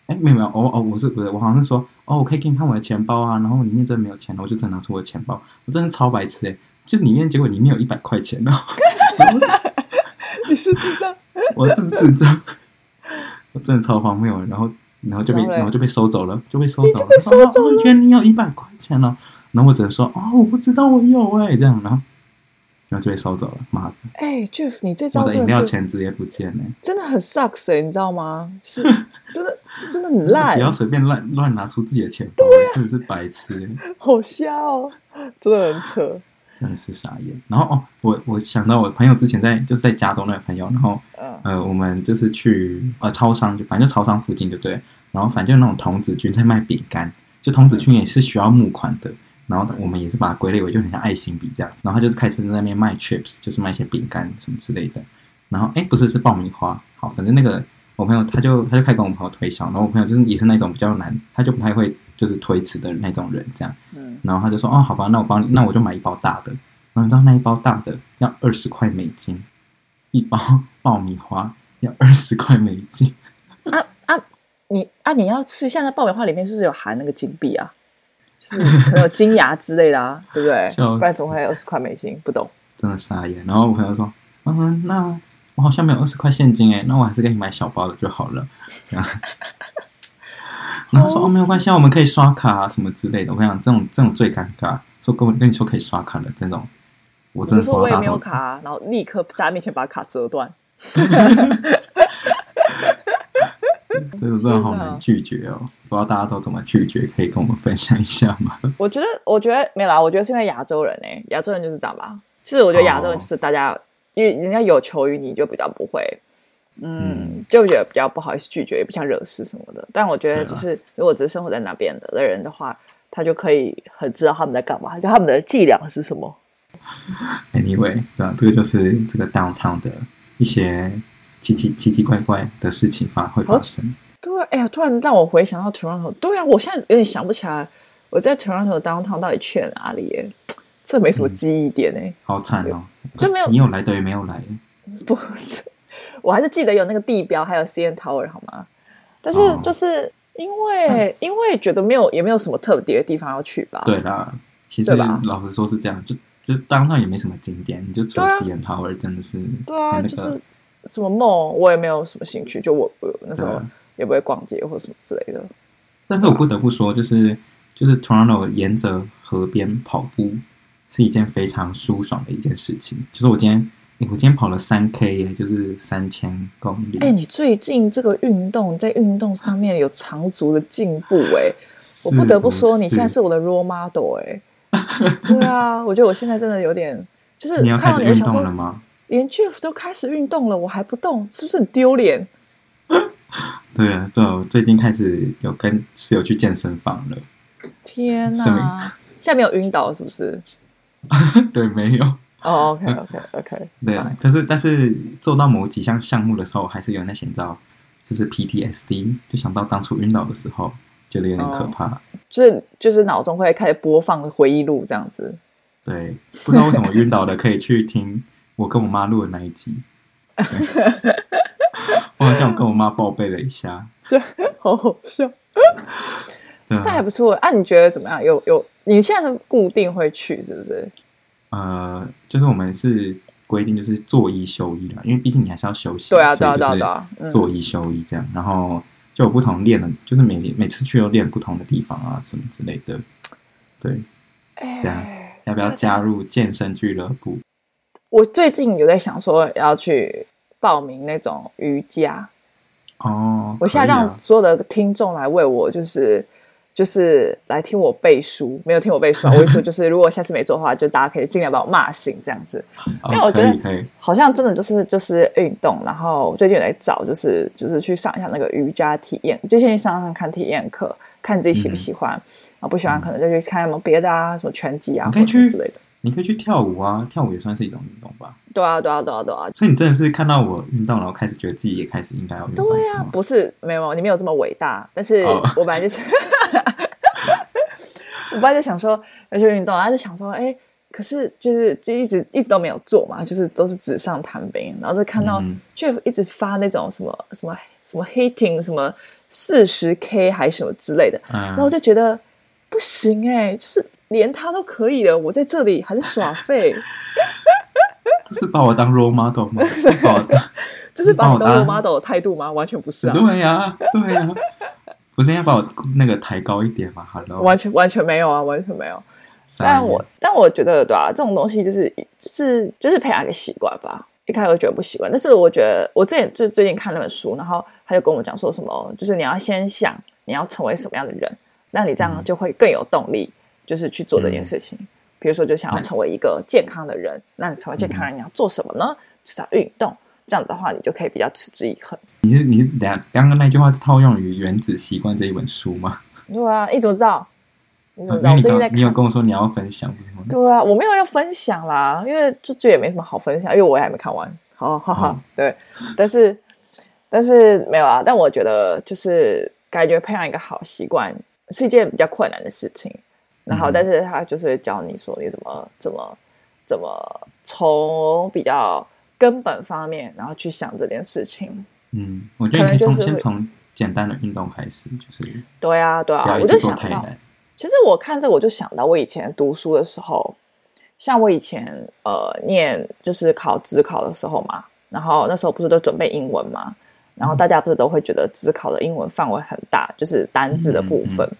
Speaker 1: 哎，没有没有，哦哦，我是不是我好像是说哦，我可以给你看我的钱包啊，然后里面真的没有钱了，我就只能拿出我的钱包，我真的超白痴哎、就里面结果里面有一百块钱哦。
Speaker 2: 你是智障，
Speaker 1: 我这么智障，我真的超荒谬的。然后，然后就被，
Speaker 2: 然后嘞
Speaker 1: 然后就被收走了，就被收走了。他说啊我觉得你有一百块钱了。然后我只能说，哦，我不知道我有哎、这样，然后，然后就被收走了。妈的，
Speaker 2: 哎、Jeff 你这
Speaker 1: 我
Speaker 2: 招
Speaker 1: 的
Speaker 2: 真
Speaker 1: 饮料
Speaker 2: 的是
Speaker 1: 钱直接不见了、
Speaker 2: 真的很 sucks 哎、你知道吗？是 真的真的很烂
Speaker 1: 不，要随便乱乱拿出自己的钱包、欸，真的是白痴欸、
Speaker 2: 好瞎哦，真的很扯。
Speaker 1: 真的是傻眼。然后哦，我我想到我朋友之前在就是在加州那个朋友，然后
Speaker 2: 嗯，
Speaker 1: 呃，我们就是去呃超商，就反正就超商附近就对了，然后反正就那种童子军在卖饼干，就童子军也是需要募款的，然后我们也是把它归类为就很像爱心笔这样，然后他就开始在那边卖 chips，就是卖一些饼干什么之类的，然后哎不是是爆米花，好，反正那个我朋友他就他就开始跟我朋友推销，然后我朋友就是也是那种比较难，他就不太会就是推辞的那种人这样，
Speaker 2: 嗯，
Speaker 1: 然后他就说哦好吧，那我帮你，那我就买一包大的，然后你知道那一包大的要二十块美金，一包爆米花要二十块美金，
Speaker 2: 啊啊，你啊，你要吃现在爆米花里面是不是有含那个金币啊？就是可能有金牙之类的 啊，对不对？
Speaker 1: 笑死
Speaker 2: 不然怎么会二十块美金？不懂。
Speaker 1: 真的傻眼。然后我朋友说，嗯，那我好像没有二十块现金哎，那我还是给你买小包的就好了，这 样。然后他说哦没有关系啊，我们可以刷卡啊什么之类的。我跟你讲，这种这种最尴尬，说跟我跟你说可以刷卡的这种，我
Speaker 2: 我就
Speaker 1: 真的
Speaker 2: 说
Speaker 1: 头
Speaker 2: 我也
Speaker 1: 大
Speaker 2: 没有
Speaker 1: 头。
Speaker 2: 卡啊、然后立刻在他面前把卡折断。
Speaker 1: 这个真的好难拒绝哦，不知道大家都怎么拒绝，可以跟我们分享一下吗？
Speaker 2: 我觉得，我觉得没啦，我觉得是因为亚洲人哎、亚洲人就是这样吧。就是我觉得亚洲人就是大家，因为人家有求于你，就比较不会，嗯
Speaker 1: 嗯，
Speaker 2: 就觉得比较不好意思拒绝，也不想惹事什么的。但我觉得，就
Speaker 1: 对啊
Speaker 2: 是如果只是生活在那边的的人的话，他就可以很知道他们在干嘛，就他们的伎俩是什么。
Speaker 1: Anyway，对啊，这个就是这个 downtown 的一些奇奇奇奇怪怪的事情发会发生。
Speaker 2: 对，哎呀，突然让我回想到 Toronto。对啊，我现在有点想不起来我在 Toronto downtown 到底去了哪里耶？这没什么记忆点哎、
Speaker 1: 好惨哦！
Speaker 2: 就没有
Speaker 1: 你有来等于没有来，
Speaker 2: 不是，我还是记得有那个地标，还有 CN Tower 好吗？但是
Speaker 1: 哦嗯
Speaker 2: 就是因为、因为觉得没有也没有什么特别的地方要去吧。
Speaker 1: 对啦，其实
Speaker 2: 哦对吧
Speaker 1: 老实说是这样，就就 downtown 也没什么景点，你就除了
Speaker 2: 对啊
Speaker 1: C N Tower 真的是
Speaker 2: 对啊，
Speaker 1: 那个
Speaker 2: 就是什么梦我也没有什么兴趣，就我我那时
Speaker 1: 对
Speaker 2: 候
Speaker 1: 啊
Speaker 2: 也不会逛街或者什么之类的。
Speaker 1: 但是我不得不说，就是就是 Toronto 沿着河边跑步是一件非常舒爽的一件事情。就是我今天，诶我今天跑了三 K 耶，就是三千公里。
Speaker 2: 哎、你最近这个运动在运动上面有长足的进步哎、
Speaker 1: 是
Speaker 2: 我不得不说，你现在
Speaker 1: 是
Speaker 2: 是我的 role model 哎、 对啊，我觉得我现在真的有点，就是
Speaker 1: 你要开
Speaker 2: 看到
Speaker 1: 始
Speaker 2: 你，我
Speaker 1: 运
Speaker 2: 想
Speaker 1: 动了
Speaker 2: 说，
Speaker 1: 吗？
Speaker 2: 连 Jeff 都开始运动了，我还不动，是不是很丢脸？
Speaker 1: 对啊，对啊，我最近开始有跟室友去健身房了。
Speaker 2: 天
Speaker 1: 什
Speaker 2: 哪
Speaker 1: 么！
Speaker 2: 下面有晕倒是不是？
Speaker 1: 对，没有。
Speaker 2: 哦、o k
Speaker 1: 嗯
Speaker 2: OK OK，
Speaker 1: 对啊，可是但是做到某几项项目的时候，还是有那些你知道，就是 PTSD，就想到当初晕倒的时候，觉得有点可
Speaker 2: 哦
Speaker 1: 怕。
Speaker 2: 就是就是脑中会开始播放回忆录这样子。
Speaker 1: 对，不知道为什么晕倒的可以去听我跟我妈录的那一集。 对我好像跟我妈报备了一下，
Speaker 2: 好好笑，
Speaker 1: 对
Speaker 2: 但还
Speaker 1: 啊，
Speaker 2: 不错。啊，你觉得怎么样？有有，你现在是固定会去是不是？
Speaker 1: 呃，就是我们是规定就是做一休一啦，因为毕竟你还是要休息，
Speaker 2: 对啊
Speaker 1: 所以
Speaker 2: 对啊
Speaker 1: 就是
Speaker 2: 对啊对啊嗯
Speaker 1: 做一休一这样，然后就有不同练的，就是每每次去都练不同的地方啊什么之类的。对，这样
Speaker 2: 哎，
Speaker 1: 要不要加入健身俱乐部？
Speaker 2: 我最近有在想说要去报名那种瑜伽。
Speaker 1: 哦，
Speaker 2: 我现在
Speaker 1: 可以啊
Speaker 2: 让所有的听众来为我，就是就是来听我背书，没有听我背书啊。我意思就是，如果下次没做的话，就大家可以尽量把我骂醒这样子。因为
Speaker 1: 哦
Speaker 2: 我觉得
Speaker 1: 可以可以
Speaker 2: 好像真的就是就是运动，然后我最近也在找，就是就是去上一下那个瑜伽体验，就先去上上看体验课，看自己
Speaker 1: 嗯
Speaker 2: 喜不喜欢，然后不喜欢可能就去看有没有别的啊，什么拳击啊
Speaker 1: 你
Speaker 2: 或
Speaker 1: 可以
Speaker 2: 者什么
Speaker 1: 去
Speaker 2: 之类的。
Speaker 1: 你可以去跳舞啊，跳舞也算是一种运动吧。
Speaker 2: 对啊，对啊，对啊，对啊，
Speaker 1: 所以你真的是看到我运动，然后开始觉得自己也开始应该要运动，
Speaker 2: 对
Speaker 1: 是
Speaker 2: 啊
Speaker 1: 吗，
Speaker 2: 不是没有，你没有这么伟大，但是
Speaker 1: 哦
Speaker 2: 我本来就是，我本来就想说要去运动，然后就想说，哎、可是就是就一直一直都没有做嘛，就是都是纸上谈兵，然后就看到
Speaker 1: 嗯
Speaker 2: Jeff 一直发那种什么什么什么 hitting 什么四十 K 还是什么之类的，然后我
Speaker 1: 嗯，
Speaker 2: 就觉得不行哎、就是连他都可以了，我在这里还是耍 废，
Speaker 1: 这是把我当 role model 吗？是把我当
Speaker 2: 这是把你
Speaker 1: 哦
Speaker 2: 当
Speaker 1: 当
Speaker 2: role
Speaker 1: 然
Speaker 2: model 的态度吗？完全不是啊。
Speaker 1: 对呀、对呀、不是应该把我那个抬高一点吗？Hello，
Speaker 2: 完全完全没有啊，完全没有。
Speaker 1: 傻眼
Speaker 2: 但我但我觉得对啊，这种东西就是就是就是培养一个习惯吧。一开始我觉得不习惯，但是我觉得我之前就是最近看那本书，然后他就跟我讲说什么，就是你要先想你要成为什么样的人，那你这样
Speaker 1: 嗯
Speaker 2: 就会更有动力，就是去做这件事情。比如说，就想要成为一个健康的人，那你成为健康人，你要做什么呢？就是要运动。这样子的话，你就可以比较持之以恒。
Speaker 1: 你是你是等下刚刚那句话是套用于《原子习惯》这一本书吗？
Speaker 2: 对啊，你怎么知道？你怎么知道？
Speaker 1: 嗯因
Speaker 2: 我
Speaker 1: 为你
Speaker 2: 最近在
Speaker 1: 刚
Speaker 2: 看。
Speaker 1: 你有跟我说你要分享，不是吗？
Speaker 2: 对啊，我没有要分享啦，因为就这也没什么好分享，因为我也还没看完。好好好，
Speaker 1: 嗯
Speaker 2: 对，但是但是没有啊，但我觉得就是感觉培养一个好习惯是一件比较困难的事情。然后，
Speaker 1: 嗯
Speaker 2: 但是他就是教你说你怎么怎么怎么从比较根本方面，然后去想这件事情。
Speaker 1: 嗯，我觉得你可以
Speaker 2: 可能
Speaker 1: 从
Speaker 2: 就是
Speaker 1: 先
Speaker 2: 会
Speaker 1: 从简单的运动开始，就是
Speaker 2: 对啊，对
Speaker 1: 不
Speaker 2: 啊
Speaker 1: 要，一
Speaker 2: 我就
Speaker 1: 直做
Speaker 2: 想
Speaker 1: 太
Speaker 2: 到，
Speaker 1: 难。
Speaker 2: 其实我看这个，我就想到我以前读书的时候，像我以前呃念就是考职考的时候嘛，然后那时候不是都准备英文
Speaker 1: 嗯
Speaker 2: 嘛，然后大家不是都会觉得职考的英文范围很大，就是单字的部分。
Speaker 1: 嗯嗯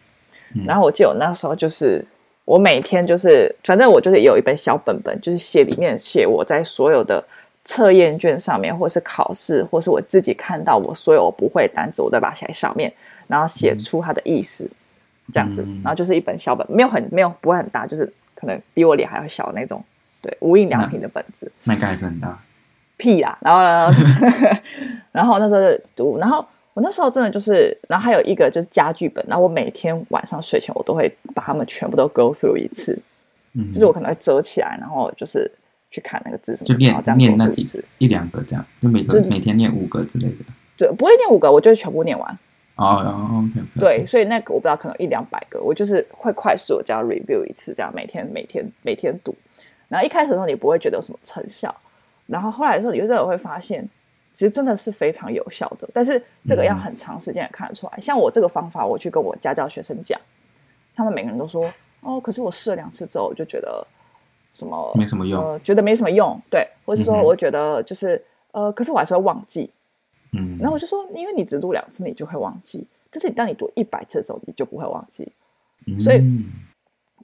Speaker 1: 嗯
Speaker 2: 然后我记得我那时候就是。我每天就是，反正我就是有一本小本本，就是写里面写我在所有的测验卷上面，或是考试，或是我自己看到我所有我不会的单词，我都把它写在上面，然后写出它的意思，这样子
Speaker 1: 嗯，
Speaker 2: 然后就是一本小本，没有很没有不会很大，就是可能比我脸还要小的那种，对，无印良品的本子。
Speaker 1: 那应该还是很大。
Speaker 2: 屁啦，然后呢， 然后那时候就读，然后我那时候真的就是，然后还有一个就是家具本，然后我每天晚上睡前我都会把它们全部都 go through 一次，
Speaker 1: 嗯，
Speaker 2: 就是我可能会折起来，然后就是去看那个字什么
Speaker 1: 就
Speaker 2: 的，然
Speaker 1: 练
Speaker 2: 后这样
Speaker 1: 练
Speaker 2: go
Speaker 1: 那
Speaker 2: through 一
Speaker 1: 几
Speaker 2: 次，
Speaker 1: 一两个这样，就每个
Speaker 2: 就是
Speaker 1: 每天练五个之类的。
Speaker 2: 对，不会念五个，我就会全部念完，
Speaker 1: 哦，然后 OK，
Speaker 2: 对，所以那个我不知道可能一两百个，我就是会快速地这样 review 一次，这样每天每天每天读，然后一开始的时候你不会觉得有什么成效，然后后来的时候你就真的会发现，其实真的是非常有效的。但是这
Speaker 1: 嗯
Speaker 2: 个要很长时间也看得出来。像我这个方法，我去跟我家教学生讲，他们每个人都说：“哦，可是我试了两次之后，我就觉得什么
Speaker 1: 没什么用
Speaker 2: 呃，觉得没什么用，对，或是
Speaker 1: 嗯
Speaker 2: 说
Speaker 1: 哼
Speaker 2: 我觉得就是、呃，可是我还是会忘记。”
Speaker 1: 嗯，
Speaker 2: 然后我就说，因为你只读两次，你就会忘记。但是你当你读一百次的时候，你就不会忘记。所以
Speaker 1: 嗯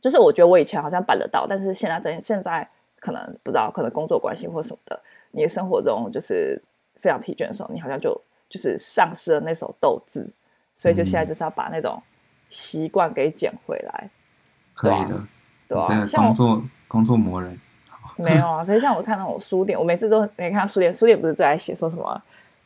Speaker 2: 就是我觉得我以前好像办得到，但是现在真现在可能不知道，可能工作关系或什么的，你的生活中就是非常疲倦的时候，你好像就就是丧失了那首斗志，所以就现在
Speaker 1: 嗯
Speaker 2: 就是要把那种习惯给捡回来，
Speaker 1: 可以
Speaker 2: 对
Speaker 1: 的，
Speaker 2: 对吧、啊
Speaker 1: 你这个
Speaker 2: 像我
Speaker 1: 工作工作磨人，
Speaker 2: 没有啊，可是像我看那种书店，我每次都没看到书店，书店不是最爱写说什么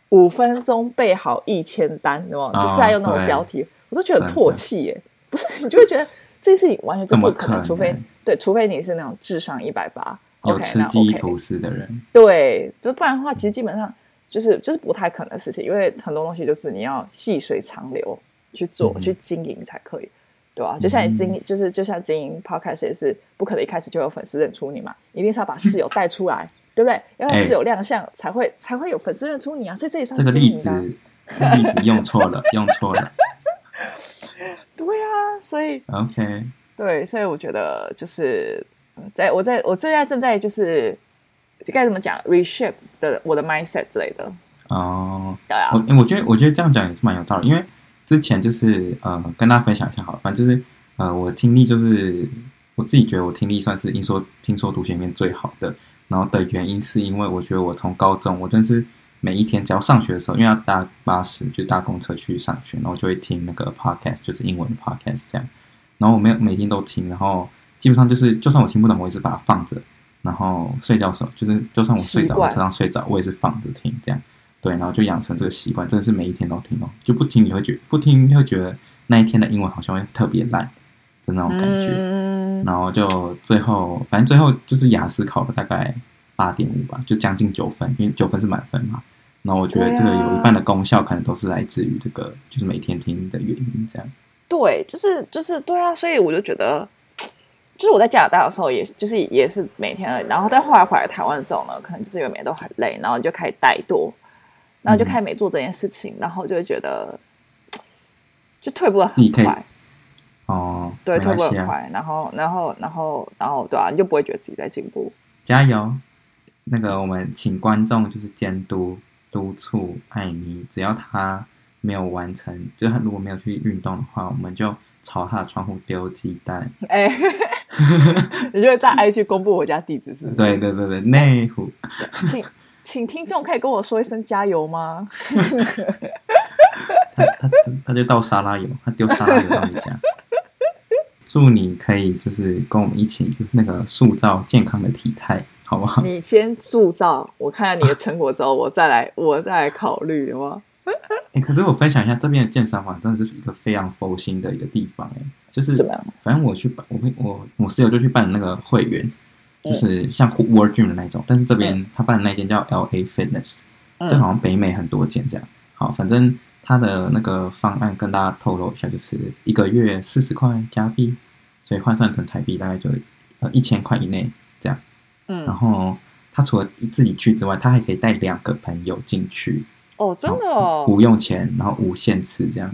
Speaker 2: 五分钟背好一千单，对吗？
Speaker 1: 哦
Speaker 2: 就再用那种标题，我都觉得很唾弃耶。不是，你就会觉得这件事情完全就不可
Speaker 1: 怎么可
Speaker 2: 能，
Speaker 1: 能
Speaker 2: 除非对，除非你是那种智商一百八
Speaker 1: 有
Speaker 2: ，OK，
Speaker 1: 吃
Speaker 2: 那
Speaker 1: 记忆
Speaker 2: OK，
Speaker 1: 吐司的人，
Speaker 2: 对，就不然的话，其实基本上就是就是不太可能的事情，因为很多东西就是你要细水长流去做、
Speaker 1: 嗯
Speaker 2: 去经营才可以。对吧、就像你经营，就是就像经营 podcast 也是不可能一开始就有粉丝认出你嘛，一定是要把室友带出来，对不对？要让
Speaker 1: 哎
Speaker 2: 室友亮相才会、才会有粉丝认出你啊，所以这也是要
Speaker 1: 这个
Speaker 2: 经
Speaker 1: 例
Speaker 2: 营的啊
Speaker 1: 子，这个例子用错了，用错了。
Speaker 2: 对啊，所以
Speaker 1: OK，
Speaker 2: 对，所以我觉得就是呃在我在我现在正在就是该怎么讲 reshape 的我的 mindset 之类的，
Speaker 1: 哦，
Speaker 2: 对啊
Speaker 1: 我，诶我觉得我觉得这样讲也是蛮有道理，因为之前就是呃跟大家分享一下好了，反正就是呃我听力就是我自己觉得我听力算是听说听说读写里面最好的，然后的原因是因为我觉得我从高中我真是每一天只要上学的时候，因为要搭巴士就搭公车去上学，然后就会听那个 podcast，就是英文的 podcast 这样，然后我没有每天都听，然后基本上就是就算我听不懂，我也是把它放着。然后睡觉的时候，就是就算我睡着，
Speaker 2: 习
Speaker 1: 我
Speaker 2: 惯
Speaker 1: 车上睡着，我也是放着听这样。对，然后就养成这个习惯，真的是每一天都听哦，就不听你会觉不听你会觉得那一天的英文好像会特别烂的那种感觉，
Speaker 2: 嗯，
Speaker 1: 然后就最后反正最后就是雅思考了大概八点五吧，就将近九分，因为九分是满分嘛。然后我觉得这个
Speaker 2: 对啊
Speaker 1: 有一半的功效可能都是来自于这个，就是每天听的原因这样。
Speaker 2: 对，就是就是对啊，所以我就觉得，就是我在加拿大的时候也，是就是也是每天而已，然后但后来回来台湾之后呢，可能就是因为每天都很累，然后你就开始怠惰，然后
Speaker 1: 嗯
Speaker 2: 就开始没做这件事情，然后就会觉得就退步的
Speaker 1: 自己
Speaker 2: 很
Speaker 1: 可以
Speaker 2: 快，
Speaker 1: 哦，
Speaker 2: 对，
Speaker 1: 没
Speaker 2: 退
Speaker 1: 关
Speaker 2: 步得
Speaker 1: 系
Speaker 2: 很
Speaker 1: 啊，
Speaker 2: 快，然后然后然后然后对啊，你就不会觉得自己在进步，
Speaker 1: 加油！那个我们请观众就是监督督促艾米，只要他没有完成，就是他如果没有去运动的话，我们就朝他的窗户丢鸡蛋。
Speaker 2: 哎， 你就 会在 IG 公布我家地址是不是？
Speaker 1: 对对对对，内湖
Speaker 2: 请请听众可以跟我说一声加油吗？
Speaker 1: 他他他他就倒沙拉油，他丢沙拉油到你家。祝你可以就是跟我们一起就是那个塑造健康的体态，好不好？
Speaker 2: 你先铸造，我看看你的成果之后，我再来，我再来考虑，好吗？
Speaker 1: 欸，可是我分享一下，这边的健身房真的是一个非常佛心的一个地方、欸，就是
Speaker 2: 怎么样
Speaker 1: 反正我去办，我会我我室友就去办那个会员，就
Speaker 2: 嗯
Speaker 1: 是像 World Gym 的那种，但是这边他办的那间叫 LA Fitness，这
Speaker 2: 嗯
Speaker 1: 好像北美很多间这样。好，反正他的那个方案跟大家透露一下，就是一个月四十块加币，所以换算成台币大概就呃一千块以内这样。
Speaker 2: 嗯
Speaker 1: 然，后他除了自己去之外，他还可以带两个朋友进去，
Speaker 2: 哦，真的哦，
Speaker 1: 不用钱，然后无限次这样，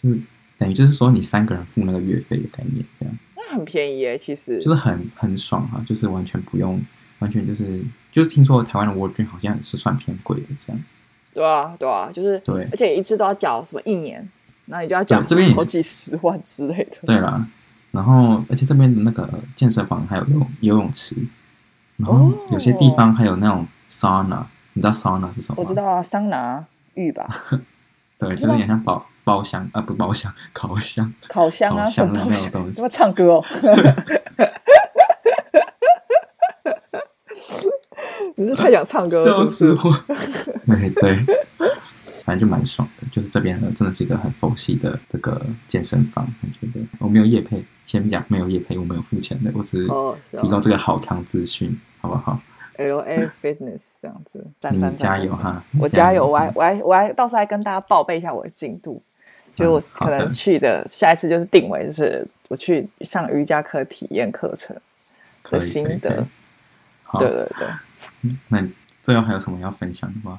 Speaker 1: 就是等于就是说你三个人付那个月费的概念，这样
Speaker 2: 那很便宜耶，其实
Speaker 1: 就是很很爽啊，就是完全不用，完全就是就是听说台湾的 w o r d r e a 好像也是算偏贵的这样，
Speaker 2: 对啊，对啊，就是，
Speaker 1: 对
Speaker 2: 而且一次都要缴什么一年，那你就要缴
Speaker 1: 对这边也是
Speaker 2: 好几十万之类的，
Speaker 1: 对啦，然后而且这边的那个健身房还有游游泳池，然后
Speaker 2: 哦
Speaker 1: 有些地方还有那种 sauna，你知道 sauna 是什么吗？
Speaker 2: 我知道啊，桑拿浴吧，
Speaker 1: 对，
Speaker 2: 知
Speaker 1: 就是
Speaker 2: 道
Speaker 1: 有点像包包厢啊，不包厢， 烤箱。
Speaker 2: 烤箱啊，
Speaker 1: 烤
Speaker 2: 什
Speaker 1: 箱
Speaker 2: 么
Speaker 1: 哦的
Speaker 2: 东
Speaker 1: 那
Speaker 2: 西
Speaker 1: 种，东西
Speaker 2: 他妈唱歌哦。 你是太想唱歌了，
Speaker 1: 笑
Speaker 2: 是
Speaker 1: 死
Speaker 2: 不是？
Speaker 1: 我！ 对对，反正就蛮爽的，就是这边呢真的是一个很佛系的这个健身房，我觉得我没有业配，先讲没有业配，我没有付钱的，我只是
Speaker 2: 哦，是
Speaker 1: 提
Speaker 2: 哦
Speaker 1: 供这个好康资讯，好不好？
Speaker 2: L A Fitness 这样子，三
Speaker 1: 你
Speaker 2: 三
Speaker 1: 加油！
Speaker 2: 赞赞
Speaker 1: 哈！
Speaker 2: 我加油，啊我还我还我还到时候还跟大家报备一下我的进度，就我
Speaker 1: 嗯好
Speaker 2: 可
Speaker 1: 的
Speaker 2: 能去的下一次就是定为就是我去上瑜伽课体验课程
Speaker 1: 可
Speaker 2: 的
Speaker 1: 以
Speaker 2: 心
Speaker 1: 可以可以
Speaker 2: 得，
Speaker 1: 好
Speaker 2: 对，对对。
Speaker 1: 嗯那你最后还有什么要分享的吗？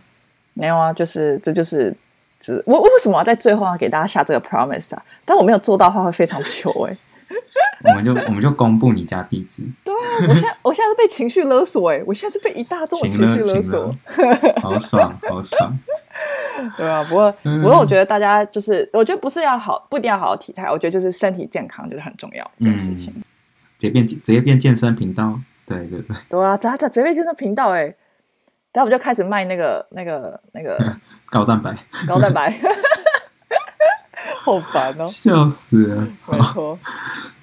Speaker 2: 没有啊，就是这就是，只我我为什么要在最后要给大家下这个 promise 啊？但我没有做到的话会非常糗 哎、
Speaker 1: 我们就我们就公布你家地址，
Speaker 2: 对啊，我现在我现在是被情绪勒索哎、我现在是被一大众的
Speaker 1: 请
Speaker 2: 情绪
Speaker 1: 了
Speaker 2: 勒
Speaker 1: 请
Speaker 2: 索
Speaker 1: 了。，好爽好爽！
Speaker 2: 对啊，不过
Speaker 1: 嗯
Speaker 2: 不过我觉得大家就是，我觉得不是要好，不一定要好好体态，我觉得就是身体健康就是很重要这件事
Speaker 1: 嗯
Speaker 2: 情。
Speaker 1: 直接变直接变健身频道，对对对，
Speaker 2: 对啊，咱咱这边健身频道哎、欸，然后我们就开始卖那个那个那个
Speaker 1: 高蛋白，
Speaker 2: 高蛋白， 好烦哦，
Speaker 1: 笑死了。
Speaker 2: 没错。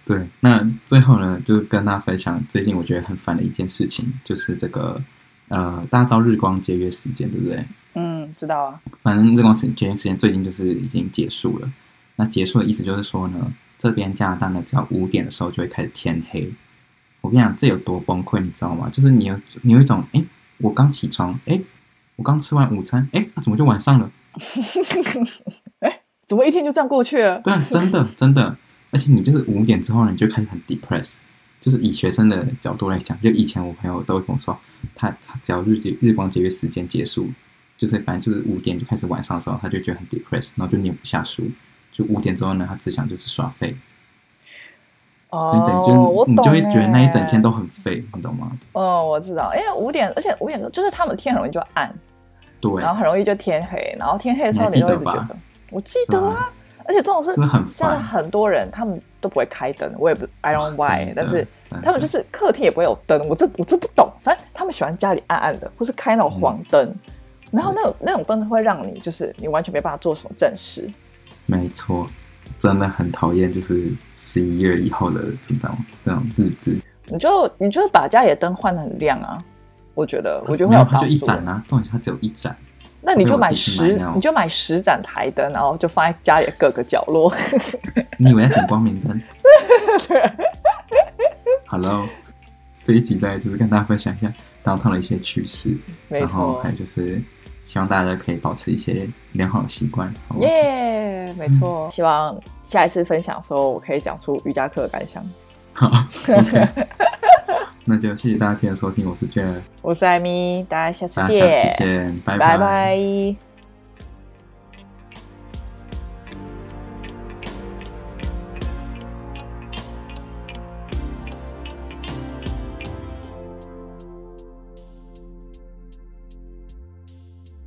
Speaker 1: 对，那最后呢，就是跟大家分享最近我觉得很烦的一件事情，就是这个呃，大家知道日光节约时间，对不对？
Speaker 2: 嗯，知道啊，
Speaker 1: 反正日光时节约时间最近就是已经结束了。那结束的意思就是说呢，这边加拿大呢，只要五点的时候就会开始天黑。我跟你讲，这有多崩溃，你知道吗？就是你有你有一种，哎，我刚起床，哎，我刚吃完午餐，哎，那怎么就晚上了？
Speaker 2: 怎么一天就这样过去了？
Speaker 1: 对，真的真的，而且你就是五点之后呢，你就开始很 depress。就是以学生的角度来讲，就以前我朋友都会跟我说，他他只要日节日光节约时间结束，就是反正就是五点就开始晚上的时候，他就觉得很 depress，然后就念不下书。就五点之后呢，他只想就是耍废，
Speaker 2: 哦
Speaker 1: 就等于就是、
Speaker 2: 我欸
Speaker 1: 你就会觉得那一整天
Speaker 2: 都
Speaker 1: 都很废，你懂吗？
Speaker 2: 哦，我知道，因为五点，而且五点多就是他们天很容易就暗，
Speaker 1: 对，
Speaker 2: 然后很容易就天黑，然后天黑的时候
Speaker 1: 你
Speaker 2: 你
Speaker 1: 还
Speaker 2: 就会一直
Speaker 1: 记得
Speaker 2: 觉
Speaker 1: 吧
Speaker 2: 得，我记得啊，而且这种是
Speaker 1: 是不是很
Speaker 2: 现在
Speaker 1: 烦？
Speaker 2: 很多人他们都不会开灯，我也不 I don't know
Speaker 1: 哇
Speaker 2: why，
Speaker 1: 真的
Speaker 2: 但是
Speaker 1: 真的
Speaker 2: 他们就是客厅也不会有灯，我这我这不懂，反正他们喜欢家里暗暗的，或是开那种黄灯，
Speaker 1: 嗯
Speaker 2: 然后那种那种灯会让你就是你完全没办法做什么正事，
Speaker 1: 没错，真的很讨厌，就是十一月以后的这种这种日子。
Speaker 2: 你就你就把家里的灯换的很亮啊，我觉得我觉得会
Speaker 1: 嗯没
Speaker 2: 有
Speaker 1: 有，
Speaker 2: 帮
Speaker 1: 它
Speaker 2: 助。
Speaker 1: 就一盏啊，重点是它只有一盏。
Speaker 2: 那你就买
Speaker 1: 我有
Speaker 2: 十
Speaker 1: 自己买那，种
Speaker 2: 你就买十盏台灯，然后就放在家里的各个角落。
Speaker 1: 你以为在等光明灯 ？Hello，这一集呢，就是跟大家分享一下当趟的一些趣事，
Speaker 2: 没
Speaker 1: 然后
Speaker 2: 错
Speaker 1: 还，有就是希望大家可以保持一些良好的习惯。好不好
Speaker 2: 耶、没
Speaker 1: 嗯
Speaker 2: 错。希望下一次分享的时候，我可以讲出瑜伽课的感想。
Speaker 1: 好，OK，那就谢谢大家今天的收听，我是 j e
Speaker 2: 我是艾米，大家下次
Speaker 1: 大家
Speaker 2: 见，
Speaker 1: 下次见，拜
Speaker 2: 拜拜